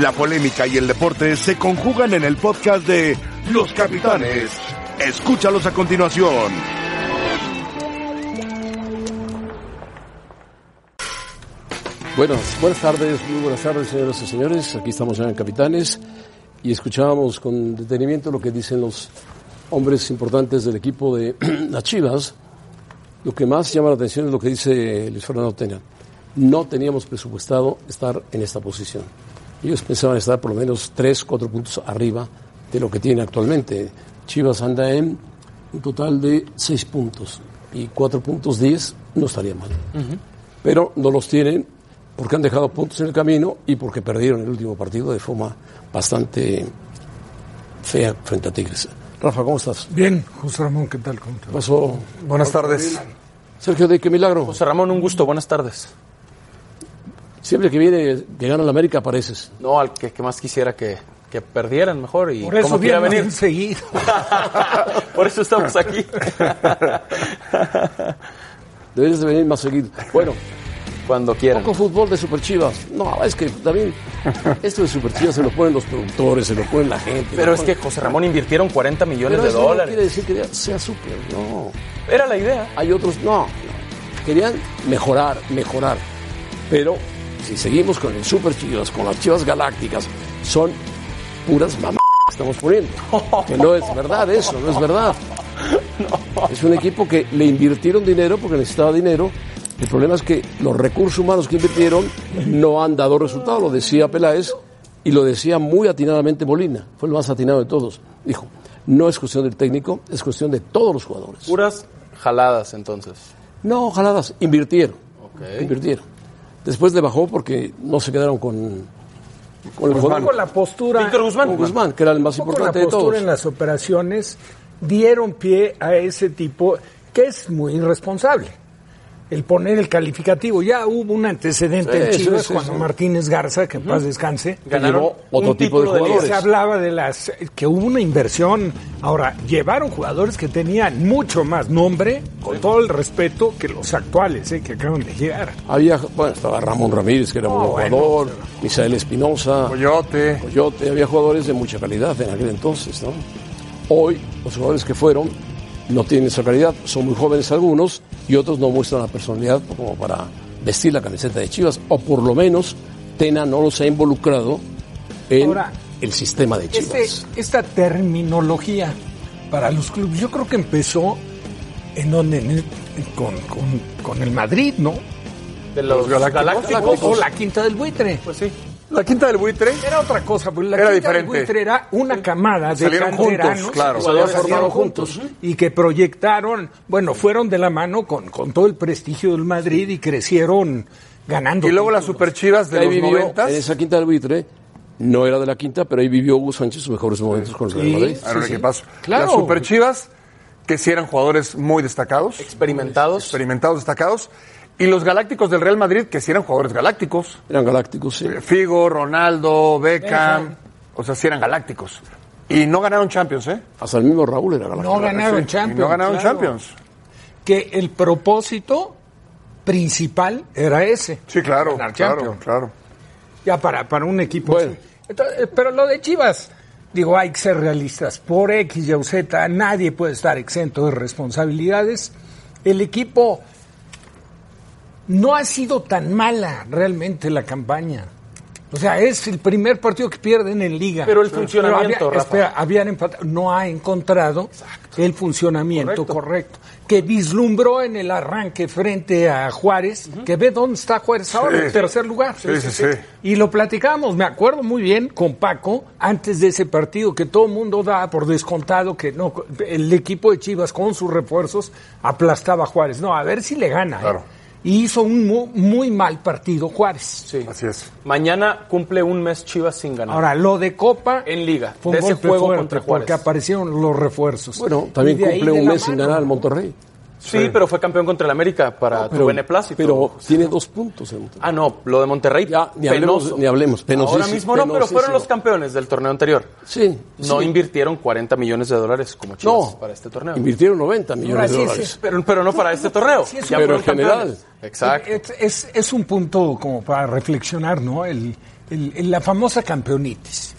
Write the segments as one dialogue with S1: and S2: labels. S1: La polémica y el deporte se conjugan en el podcast de Los Capitanes. Escúchalos a continuación.
S2: Buenas, buenas tardes, muy buenas tardes, señoras y señores. Aquí estamos en Capitanes y escuchábamos con detenimiento lo que dicen los hombres importantes del equipo de las Chivas. Lo que más llama la atención es lo que dice Luis Fernando Tena. No teníamos presupuestado estar en esta posición. Ellos pensaban estar por lo menos 3, 4 puntos arriba de lo que tienen actualmente. Chivas anda en un total de 6 puntos y 4 puntos 10 no estaría mal. Pero no los tienen porque han dejado puntos en el camino y porque perdieron el último partido de forma bastante fea frente a Tigres. Rafa, ¿cómo estás?
S3: Bien, José Ramón, ¿qué tal? ¿Cómo te va?
S2: Pasó
S4: Buenas tardes.
S2: Sergio de qué milagro.
S4: José Ramón, un gusto. Buenas tardes.
S2: Siempre que viene, que gana la América apareces.
S4: No, al que, que más quisiera que, que perdieran mejor y
S3: Por eso
S4: como quiera
S3: bien
S4: venir.
S3: seguido.
S4: Por eso estamos aquí.
S2: Deberías de venir más seguido. Bueno,
S4: Cuando quieran.
S2: poco fútbol de Super Chivas. No, es que también esto de Super Chivas se lo ponen los productores, se lo ponen la gente.
S4: Pero
S2: lo
S4: es
S2: ponen-
S4: que José Ramón invirtieron 40 millones
S2: Pero
S4: de
S2: eso no quiere
S4: dólares.
S2: decir que sea súper, no.
S4: Era la idea.
S2: Hay otros, no. no. Querían mejorar, mejorar. Pero si seguimos con el Super Chivas, con las Chivas Galácticas, son puras mamás que estamos poniendo. Que no es verdad eso, no es verdad. Es un equipo que le invirtieron dinero porque necesitaba dinero. El problema es que los recursos humanos que invirtieron no han dado resultado, lo decía Peláez y lo decía muy atinadamente Molina, fue el más atinado de todos. Dijo, no es cuestión del técnico, es cuestión de todos los jugadores.
S4: Puras jaladas entonces.
S2: No, jaladas, invirtieron.
S4: Ok.
S2: Invirtieron. Después le bajó porque no se quedaron con, con el
S3: Un
S2: jugador.
S3: poco la postura.
S4: Víctor Guzmán.
S2: Con Guzmán, que era el más
S3: un poco la
S2: importante de todos.
S3: postura en las operaciones dieron pie a ese tipo que es muy irresponsable. El poner el calificativo. Ya hubo un antecedente en
S2: Sí, sí,
S3: Chivas
S2: sí,
S3: cuando
S2: sí.
S3: Martínez Garza, que en paz descanse,
S4: Ganaron
S2: llevó otro
S4: un
S2: tipo de
S4: título de liga.
S2: jugadores.
S3: se hablaba de las que hubo una inversión. Ahora, llevaron jugadores que tenían mucho más nombre, con todo el respeto, que los actuales, eh, que acaban de llegar.
S2: Había, bueno, estaba Ramón Ramírez, que era un
S3: No,
S2: buen
S3: bueno,
S2: jugador, Misael Espinosa,
S4: Coyote.
S2: Coyote, había jugadores de mucha calidad en aquel entonces, ¿no? Hoy, los jugadores que fueron no tienen esa calidad, son muy jóvenes algunos y otros no muestran la personalidad como para vestir la camiseta de Chivas, o por lo menos Tena no los ha involucrado en
S3: Ahora,
S2: el sistema de Chivas.
S3: Este- esta terminología para los clubes, yo creo que empezó en donde en el- con, con- con el Madrid, ¿no?
S4: De los, galácticos.
S3: O, o la Quinta del Buitre.
S4: Pues sí.
S5: La quinta del buitre.
S3: Era otra cosa, pues la
S5: Era
S3: Quinta
S5: diferente.
S3: del Buitre era una camada de
S5: Salieron juntos,
S3: canteranos
S5: claro.
S3: que
S2: Jugadores
S3: salieron
S2: formados
S3: juntos
S2: juntos.
S3: y que proyectaron, bueno, fueron de la mano con, con todo el prestigio del Madrid y crecieron ganando.
S5: Y luego las
S3: títulos.
S5: superchivas de
S2: ahí
S5: los
S2: vivió,
S5: noventas.
S2: en esa quinta del buitre, no era de la quinta, pero ahí vivió Hugo Sánchez sus mejores momentos con el Real
S3: Sí.
S2: Madrid.
S5: Ah, no,
S3: sí,
S5: ¿qué
S3: sí.
S5: pasó?
S3: Claro.
S5: Las superchivas, que sí eran jugadores muy destacados,
S4: Experimentados.
S5: experimentados, destacados. Y los galácticos del Real Madrid, que sí eran jugadores galácticos. Eh,
S2: Eran galácticos, sí.
S5: Figo, Ronaldo, Beckham. O sea, sí eran galácticos. Y no ganaron Champions, ¿eh?
S2: Hasta el mismo Raúl era galáctico.
S3: No ganaron
S5: Sí, y
S3: Champions.
S5: no ganaron
S3: claro.
S5: Champions.
S3: Que el propósito principal era ese.
S5: Sí, claro,
S3: Ganar
S5: claro,
S3: Champions.
S5: claro.
S3: Ya para, para un equipo.
S2: Bueno.
S3: así. Entonces, eh, pero lo de Chivas, digo, hay que ser realistas. Por X, Y o Z, nadie puede estar exento de responsabilidades. El equipo no ha sido tan mala realmente la campaña. O sea, es el primer partido que pierden en liga.
S4: Pero el funcionamiento,
S3: había-
S4: Rafa.
S3: espera, habían empatado, no ha encontrado el funcionamiento correcto. Que vislumbró en el arranque frente a Juárez, que ve dónde está Juárez ahora, en tercer lugar.
S5: Sí, sí, sí.
S3: Y lo platicamos, me acuerdo muy bien con Paco, antes de ese partido, que todo el mundo daba por descontado que no el equipo de Chivas con sus refuerzos aplastaba a Juárez. No, a ver si le gana. ¿eh?
S5: Claro.
S3: Y hizo un mu- muy, mal partido Juárez.
S4: Sí.
S5: Así es.
S4: Mañana cumple un mes Chivas sin ganar.
S3: Ahora, lo de Copa.
S4: En Liga,
S3: Fue un
S4: de ese
S3: golpe
S4: juego
S3: fuerte
S4: contra Juárez.
S3: porque aparecieron los refuerzos.
S2: Bueno, también
S3: Y de ahí
S2: cumple
S3: de
S2: un
S3: la
S2: mes sin
S3: mano.
S2: ganar al Monterrey.
S4: Sí, pero fue campeón contra el América para tu beneplácito.
S2: Pero tiene dos puntos. en-
S4: Ah, no, lo de Monterrey.
S2: Ya, ni hablemos-
S4: penoso.
S2: ni hablemos, penosísimo,
S4: Ahora mismo no, pero fueron
S2: penosísimo.
S4: los campeones del torneo anterior.
S2: Sí.
S4: No
S2: sí.
S4: invirtieron 40 millones de dólares como Chivas
S2: No,
S4: para este torneo.
S2: Invirtieron 90
S3: Ahora
S2: millones de
S3: sí,
S2: dólares.
S3: sí.
S4: Pero, pero no para este torneo.
S3: Sí, es
S4: Ya
S3: un- Eh,
S2: pero
S4: fueron
S2: en general.
S4: campeones. Exacto.
S3: Es, es- es un punto como para reflexionar, ¿no? El- el- el- la famosa campeonitis.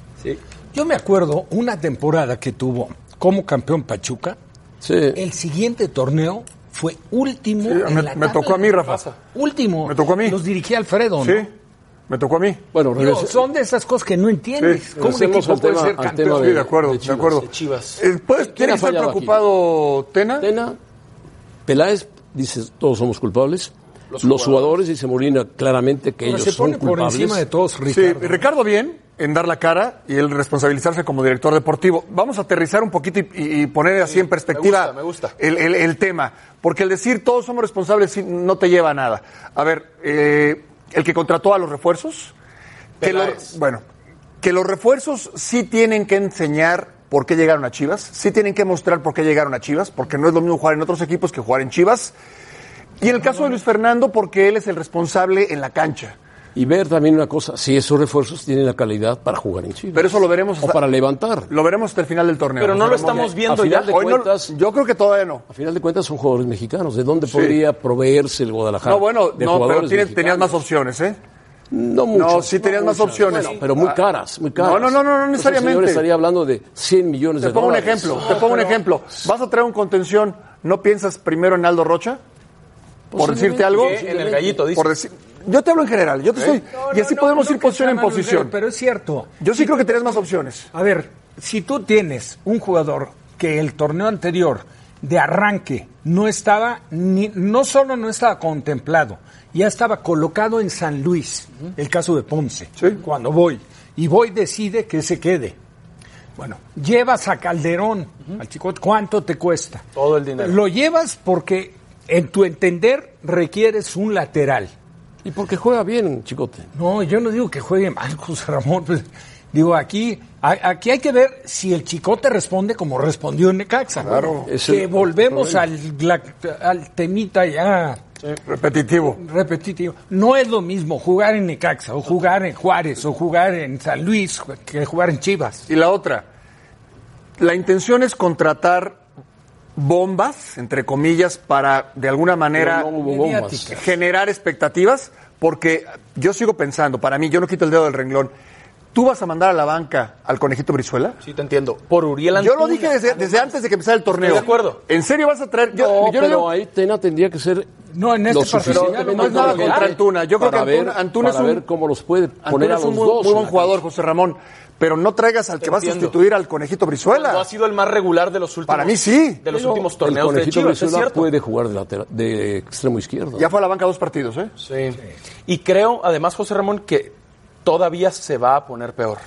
S3: Yo me acuerdo una temporada que tuvo como campeón Pachuca.
S2: Sí.
S3: El siguiente torneo fue último.
S5: Sí,
S3: en
S5: me-
S3: la
S5: me
S3: tabla.
S5: tocó a mí, Rafa. Pasa.
S3: Último.
S5: Me tocó a mí.
S3: Los dirigía Alfredo, ¿no?
S5: Sí, me tocó a mí.
S2: Bueno,
S3: Digo,
S2: regrese-
S3: son de esas cosas que no entiendes.
S5: Sí.
S3: ¿Cómo un
S2: Regresemos
S3: equipo
S2: al
S3: puede
S2: tema-
S3: ser
S2: al
S3: campeón?
S2: tema
S5: Sí, de acuerdo, de,
S2: Chivas,
S5: acuerdo.
S4: de Chivas.
S5: Eh, pues,
S2: ¿Quién
S5: ¿Tiene
S2: ha
S5: que estar
S2: fallado aquí?
S5: preocupado Tena?
S2: Tena, Peláez dice todos somos culpables. Los jugadores, dice Molina claramente que
S3: Pero
S2: ellos
S3: se pone
S2: son
S3: por
S2: culpables.
S3: encima de todos,
S5: Sí,
S3: Ricardo.
S5: Ricardo bien en dar la cara y el responsabilizarse como director deportivo. Vamos a aterrizar un poquito y, y- y poner así en perspectiva
S4: me gusta, me gusta.
S5: El, el- el tema. Porque el decir todos somos responsables sí, no te lleva a nada. A ver, eh, el que contrató a los refuerzos, que lo-
S4: Peláez.
S5: bueno, que los refuerzos sí tienen que enseñar por qué llegaron a Chivas, sí tienen que mostrar por qué llegaron a Chivas, porque no es lo mismo jugar en otros equipos que jugar en Chivas. Y en el caso de Luis Fernando, porque él es el responsable en la cancha.
S2: Y ver también una cosa, si esos refuerzos tienen la calidad para jugar en Chile.
S5: Pero eso lo veremos
S2: O
S5: hasta-
S2: para levantar.
S5: Lo veremos hasta el final del torneo.
S4: Pero no lo
S5: Nos veremos.
S4: estamos viendo
S2: a
S4: ya.
S2: final de
S5: Hoy no-
S2: cuentas-
S5: yo creo que todavía no.
S2: A final de cuentas son jugadores mexicanos. ¿De dónde podría proveerse el Guadalajara?
S5: No, bueno,
S2: de
S5: no, pero
S2: jugadores
S5: tienes- tenías
S2: mexicanos?
S5: más opciones, ¿eh?
S2: No muchas.
S5: No, sí tenías más
S2: muchas.
S5: opciones.
S2: Bueno, pero muy
S5: Ah.
S2: caras, muy caras.
S5: No, no, no, no, no
S2: Entonces,
S5: necesariamente.
S2: señores, estaría hablando de 100 millones
S5: Te
S2: de
S5: pongo un
S2: dólares.
S5: ejemplo, te pongo un ejemplo. ¿Vas a traer un contención? ¿No piensas primero en Aldo Rocha? Por decirte algo.
S4: Que en el gallito, dice.
S5: Por decir- yo te hablo en general, yo te estoy.
S3: No,
S5: y
S3: no,
S5: así
S3: no,
S5: podemos
S3: no
S5: ir
S3: que
S5: posición en
S3: sea Manuel
S5: posición.
S3: Neuer, Pero es cierto.
S5: Yo sí creo que tenías más opciones.
S3: A ver, si tú tienes un jugador que el torneo anterior de arranque no estaba, ni, no solo no estaba contemplado, ya estaba colocado en San Luis, el caso de Ponce,
S5: Sí.
S3: cuando voy, y voy decide que se quede. Bueno, llevas a Calderón, al chico, ¿cuánto te cuesta?
S4: Todo el dinero.
S3: Lo llevas porque, en tu entender, requieres un lateral.
S2: Y porque juega bien, chicote.
S3: No, yo no digo que juegue mal José Ramón. pues, digo, aquí, a- aquí hay que ver si el chicote responde como respondió en Necaxa.
S5: Claro.
S2: Es
S3: que
S2: el
S3: volvemos al, la- al temita ya
S5: Repetitivo.
S3: repetitivo. No es lo mismo jugar en Necaxa, o jugar en Juárez, o jugar en San Luis, que jugar en Chivas.
S5: Y la otra, la intención es contratar bombas, entre comillas, para de alguna manera
S2: Pero no hubo bombas.
S3: mediática.
S5: generar expectativas, porque yo sigo pensando, para mí, yo no quito el dedo del renglón. ¿Tú vas a mandar a la banca al conejito Brizuela?
S4: Sí, te entiendo. Por Uriel
S5: eh. Yo
S4: Antuna.
S5: lo dije desde, desde antes de que empezara el torneo.
S4: Estoy de acuerdo.
S5: ¿En serio vas a traer? Yo,
S2: No,
S5: yo
S2: pero
S5: no digo-
S2: ahí Tena tendría que ser
S3: No, en este
S2: lo
S3: partido,
S2: suficientemente
S5: no es nada
S2: inteligente
S5: contra Antuna. Yo creo
S2: para
S5: que Antuna-
S2: ver-
S5: Antuna es
S2: para
S5: un-
S2: ver cómo los puede poner
S5: Antuna
S2: a
S5: es
S2: los
S5: un muy,
S2: dos.
S5: muy buen
S2: en la
S5: jugador,
S2: cancha.
S5: José Ramón, pero no traigas al que va a
S4: entiendo.
S5: sustituir al conejito Brizuela.
S4: Cuando ha sido el más regular de los últimos.
S5: Para mí sí.
S4: De los
S2: Pero
S4: últimos torneos
S2: el
S4: de
S2: conejito
S4: Chivas, es
S2: Brizuela
S4: cierto.
S2: puede jugar de, lateral- de extremo izquierdo.
S5: Ya fue a la banca dos partidos, ¿eh?
S4: Sí. Y creo, además, José Ramón, que todavía se va a poner peor.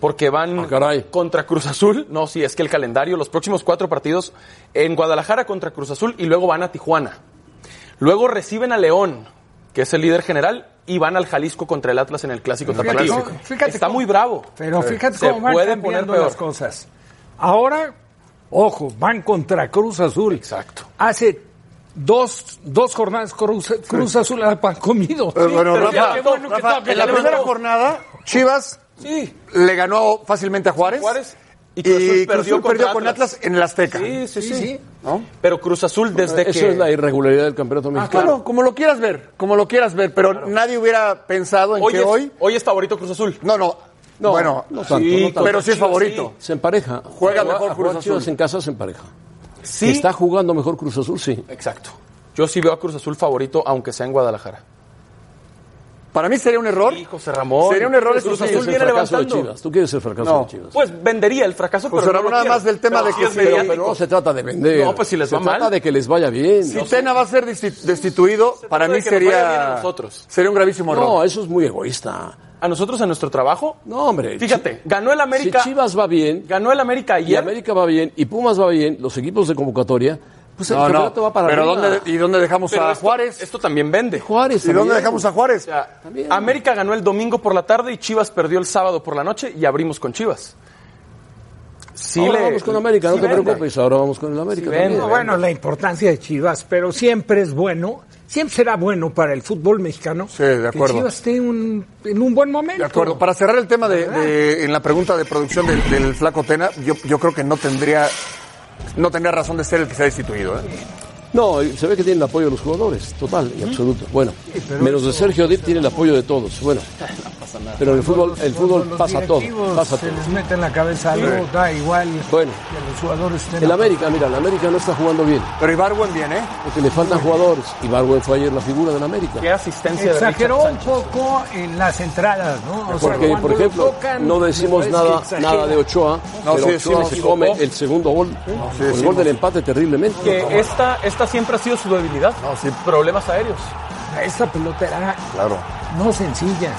S4: Porque van
S2: Ah, caray.
S4: contra Cruz Azul. No, sí, es que el calendario, los próximos cuatro partidos en Guadalajara contra Cruz Azul y luego van a Tijuana. Luego reciben a León, que es el líder general, y van al Jalisco contra el Atlas en el clásico
S3: Fíjate,
S4: tapatío.
S3: no, fíjate
S4: Está
S3: cómo-
S4: muy bravo.
S3: Pero fíjate
S4: Se
S3: cómo van
S4: puede
S3: cambiando
S4: poner peor.
S3: las cosas. Ahora, ojo, van contra Cruz Azul.
S4: Exacto.
S3: Hace dos, dos jornadas Cruz, Cruz Azul ha pan comido.
S5: Eh, bueno,
S4: pero
S5: Rafa,
S4: ya qué bueno que
S5: Rafa,
S4: estaba, que
S5: en
S4: ya
S5: la
S4: levantó.
S5: primera jornada, Chivas
S4: Sí.
S5: le ganó fácilmente a Juárez.
S4: Juárez.
S5: Y
S4: Y Cruz Azul
S5: Cruz
S4: perdió
S5: Azul
S4: contra
S5: perdió con
S4: Atlas.
S5: Atlas en el Azteca.
S4: Sí, sí, sí.
S3: sí.
S5: ¿No?
S4: Pero Cruz Azul desde
S2: Eso
S4: que...
S2: es la irregularidad del campeonato
S5: Ah,
S2: mexicano.
S5: claro, como lo quieras ver, como lo quieras ver, pero nadie hubiera pensado en
S4: hoy,
S5: que
S4: es,
S5: hoy.
S4: hoy es favorito Cruz Azul.
S5: No, no.
S2: No,
S5: bueno,
S2: no tanto, no tanto.
S5: pero sí es
S4: Chivas,
S5: favorito.
S2: Se empareja.
S5: Juega mejor
S2: a
S5: Cruz
S2: jugar Chivas
S5: Azul.
S2: en casa se empareja.
S4: Sí.
S2: Está jugando mejor Cruz Azul, sí.
S4: Exacto. Yo sí veo a Cruz Azul favorito, aunque sea en Guadalajara.
S5: Para mí sería un error. Pues
S4: Sí, José Ramón.
S5: Sería un error.
S4: Cruz
S5: eso
S2: Tú
S5: sí.
S4: Azul
S2: quieres el
S4: viene
S2: fracaso de
S4: levantando.
S2: Chivas. Tú quieres el fracaso
S5: No.
S2: de Chivas.
S4: Pues vendería el fracaso,
S5: José
S4: pero no
S5: Ramón,
S4: lo
S5: nada
S4: quiero.
S5: más del tema
S4: Pero
S5: de
S4: sí
S5: que
S4: es
S5: si-
S2: Pero,
S4: mediático.
S2: pero no se trata de vender.
S4: No, pues, si les va
S2: se trata
S4: mal.
S2: de que les vaya bien.
S5: Si Tena va a ser desti- destituido, para
S4: de
S5: mí
S4: que nos vaya bien a
S5: sería.
S4: nosotros.
S5: Sería un gravísimo error.
S2: No, eso es muy egoísta.
S4: A nosotros, en nuestro trabajo.
S2: No, hombre.
S4: Fíjate, ganó el
S2: Si
S4: América.
S2: Chivas va bien,
S4: Ganó el América
S2: y
S4: ayer.
S2: América va bien, y Pumas va bien, los equipos de convocatoria, pues el
S5: No, no,
S2: campeonato va para
S5: pero
S2: arriba.
S5: ¿dónde, ¿y dónde dejamos
S4: pero
S5: a
S4: esto-
S5: Juárez?
S4: Esto también vende.
S2: Juárez
S5: ¿Y dónde
S2: también.
S5: dejamos a Juárez?
S4: O sea,
S2: También.
S4: América ganó el domingo por la tarde y Chivas perdió el sábado por la noche y abrimos con Chivas. sí
S2: ahora
S4: le-
S2: vamos con América, no
S4: sí
S2: te
S4: vende.
S2: preocupes, ahora vamos con el América.
S4: Sí
S2: también.
S4: vende.
S3: Bueno, la importancia de Chivas, pero siempre es bueno, siempre será bueno para el fútbol mexicano
S5: Sí, de acuerdo.
S3: que Chivas esté un- en un buen momento.
S5: De acuerdo. Para cerrar el tema de, de- en la pregunta de producción del, del flaco Tena, yo, yo creo que no tendría no tendría razón de ser el que se ha destituido. ¿eh?
S2: No, y se ve que tiene el apoyo de los jugadores, total y absoluto. Bueno, menos de Sergio Dip tiene el apoyo de todos. Bueno, pero en el fútbol, el fútbol
S3: Los
S2: pasa todo,
S3: directivos
S2: pasa
S3: se
S2: todo.
S3: les mete en la cabeza algo, da igual
S2: Bueno,
S3: que los jugadores estén
S2: el América, mira, el América no está jugando bien,
S5: Pero Ibarwen bien, ¿eh?
S2: porque le faltan jugadores. Y Barwen fue ayer la figura del América.
S4: Qué asistencia de
S3: Exageró
S4: Richard
S3: un
S4: Sánchez.
S3: poco en las entradas, ¿no? O sea,
S2: Porque,
S3: cuando
S2: por
S3: lo
S2: ejemplo,
S3: tocan,
S2: no
S3: me
S2: decimos
S3: parece
S2: nada,
S3: que exagera.
S2: nada de Ochoa,
S5: No,
S2: pero
S5: sí
S2: Ochoa
S5: decimos,
S2: se
S5: ¿no?
S2: come el segundo gol, el gol
S5: decimos.
S2: del empate terriblemente.
S4: Que esta, esta siempre ha sido su debilidad. Problemas aéreos.
S3: Esa pelota era
S5: Claro.
S3: no sencilla.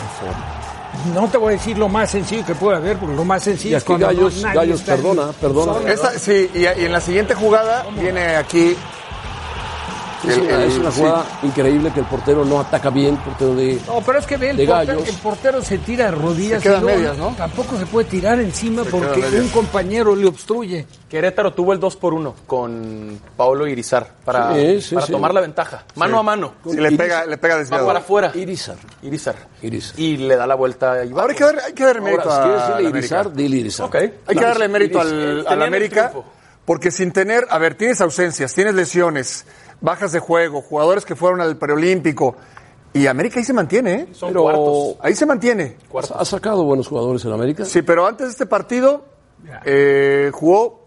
S3: No te voy a decir lo más sencillo que puede haber, porque lo más
S2: Y
S3: sencillo es
S2: aquí
S3: cuando no-
S2: Gallos,
S3: nadie
S2: Gallos,
S3: está en-
S2: perdona, perdona.
S5: Esa, sí, y, y en la siguiente jugada viene aquí.
S2: Es
S5: el-
S2: una,
S5: el-
S2: es una
S5: sí.
S2: jugada increíble que el portero no ataca bien, el portero de...
S3: No, pero es que ve, el,
S2: De
S3: portero,
S2: Gallos.
S3: el portero se tira de rodillas.
S5: Se queda
S3: y luego
S5: medias, ¿no?
S3: Tampoco se puede tirar encima
S5: Se
S3: porque
S5: queda medias.
S3: un compañero le obstruye.
S4: Querétaro tuvo el 2 por 1 con Paolo Irizar para,
S2: Sí, sí,
S4: para
S2: sí.
S4: tomar la ventaja. Mano a mano.
S5: Sí, le pega, le pega
S4: Va
S5: desviado.
S4: para afuera.
S2: Irizar.
S4: Irizar.
S2: Irizar.
S4: Y le da la vuelta a Ibarra.
S5: Ahora hay que, dar, hay que darle mérito
S2: Ahora, si quieres
S5: a
S2: decirle
S5: la
S2: Irizar,
S5: América.
S2: dile Irizar.
S4: Ok.
S5: Hay que darle mérito al,
S4: Irizar.
S5: al
S4: Tenían el
S5: América
S4: triunfo.
S5: porque sin tener, a ver, tienes ausencias, tienes lesiones, bajas de juego, jugadores que fueron al preolímpico y América ahí se mantiene, ¿eh?
S4: Son
S2: Pero-
S4: cuartos.
S5: Ahí se mantiene.
S2: Ha sacado buenos jugadores en América,
S5: Sí, pero antes de este partido eh, jugó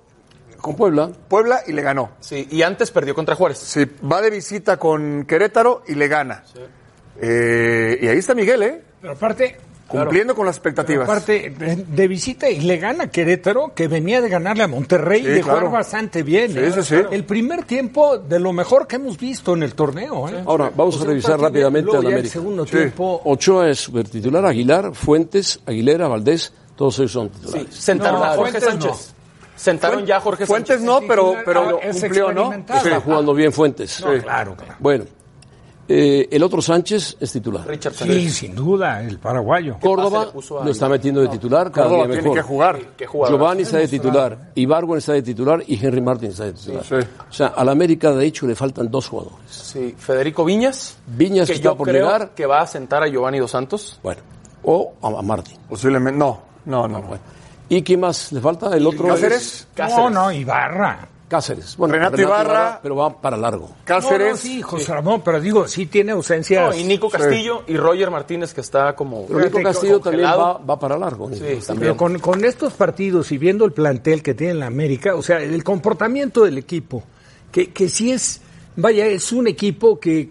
S2: con Puebla.
S5: Puebla y le ganó.
S4: Sí, y antes perdió contra Juárez.
S5: Sí, va de visita con Querétaro y le gana. Eh, y ahí está Miguel, ¿eh?
S3: Pero aparte,
S5: Cumpliendo con las expectativas.
S3: aparte de, de visita y le gana a Querétaro, que venía de ganarle a Monterrey
S5: Sí,
S3: y de
S5: claro.
S3: jugar bastante bien.
S5: Sí,
S3: ¿eh?
S5: sí, sí.
S3: El primer tiempo de lo mejor que hemos visto en el torneo. ¿eh?
S2: Ahora, vamos a
S3: un
S2: revisar
S3: partido,
S2: rápidamente
S3: luego
S2: al
S3: ya el
S2: América.
S3: segundo
S5: Sí.
S3: tiempo.
S2: Ochoa es supertitular, Aguilar, Fuentes, Aguilera, Valdés, todos ellos son
S4: Sí,
S2: titulares.
S4: Sentaron
S3: No,
S4: a Jorge
S3: Fuentes
S4: Sánchez. Sentaron ya a Jorge
S5: Fuentes
S4: Sánchez.
S5: no, pero, pero
S3: Es
S5: cumplió, ¿no?
S3: experimentado.
S2: Está jugando bien Fuentes.
S3: No, claro, claro.
S2: Bueno, eh, el otro Sánchez es titular.
S4: Richard
S3: Sí,
S4: Sánchez.
S3: sin duda, el paraguayo.
S4: pase
S2: Córdoba
S4: le puso a-
S2: lo está metiendo de titular cada
S5: Córdoba
S2: día
S5: tiene
S2: mejor.
S5: que jugar.
S4: Qué jugador.
S2: Giovanni está de titular, Ibargüen está de titular y Henry Martin está de titular.
S5: Sí.
S2: O sea, al América de hecho le faltan dos jugadores.
S4: Sí, Federico Viñas.
S2: Viñas
S4: que
S2: que está
S4: yo
S2: por
S4: creo
S2: llegar.
S4: que va a sentar a Giovanni Dos Santos.
S2: Bueno, o a, a Martin.
S5: Posiblemente. No, no, no.
S2: Bueno. ¿Y quién más le falta? El otro es
S5: Cáceres.
S4: Cáceres.
S3: No, no, Ibarra.
S2: Cáceres. Bueno,
S5: Renato Ibarra.
S2: pero va para largo.
S5: Cáceres.
S3: No, no, sí, José Ramón, pero digo, sí tiene ausencias.
S4: No, y Nico Castillo y Roger Martínez que está como
S2: Pero Nico
S3: Fíjate,
S2: Castillo también va,
S4: congelado.
S2: va para largo.
S4: Sí, sí,
S2: También.
S3: Pero con, con estos partidos y viendo el plantel que tiene la América, o sea, el comportamiento del equipo, que, que sí es, vaya, es un equipo que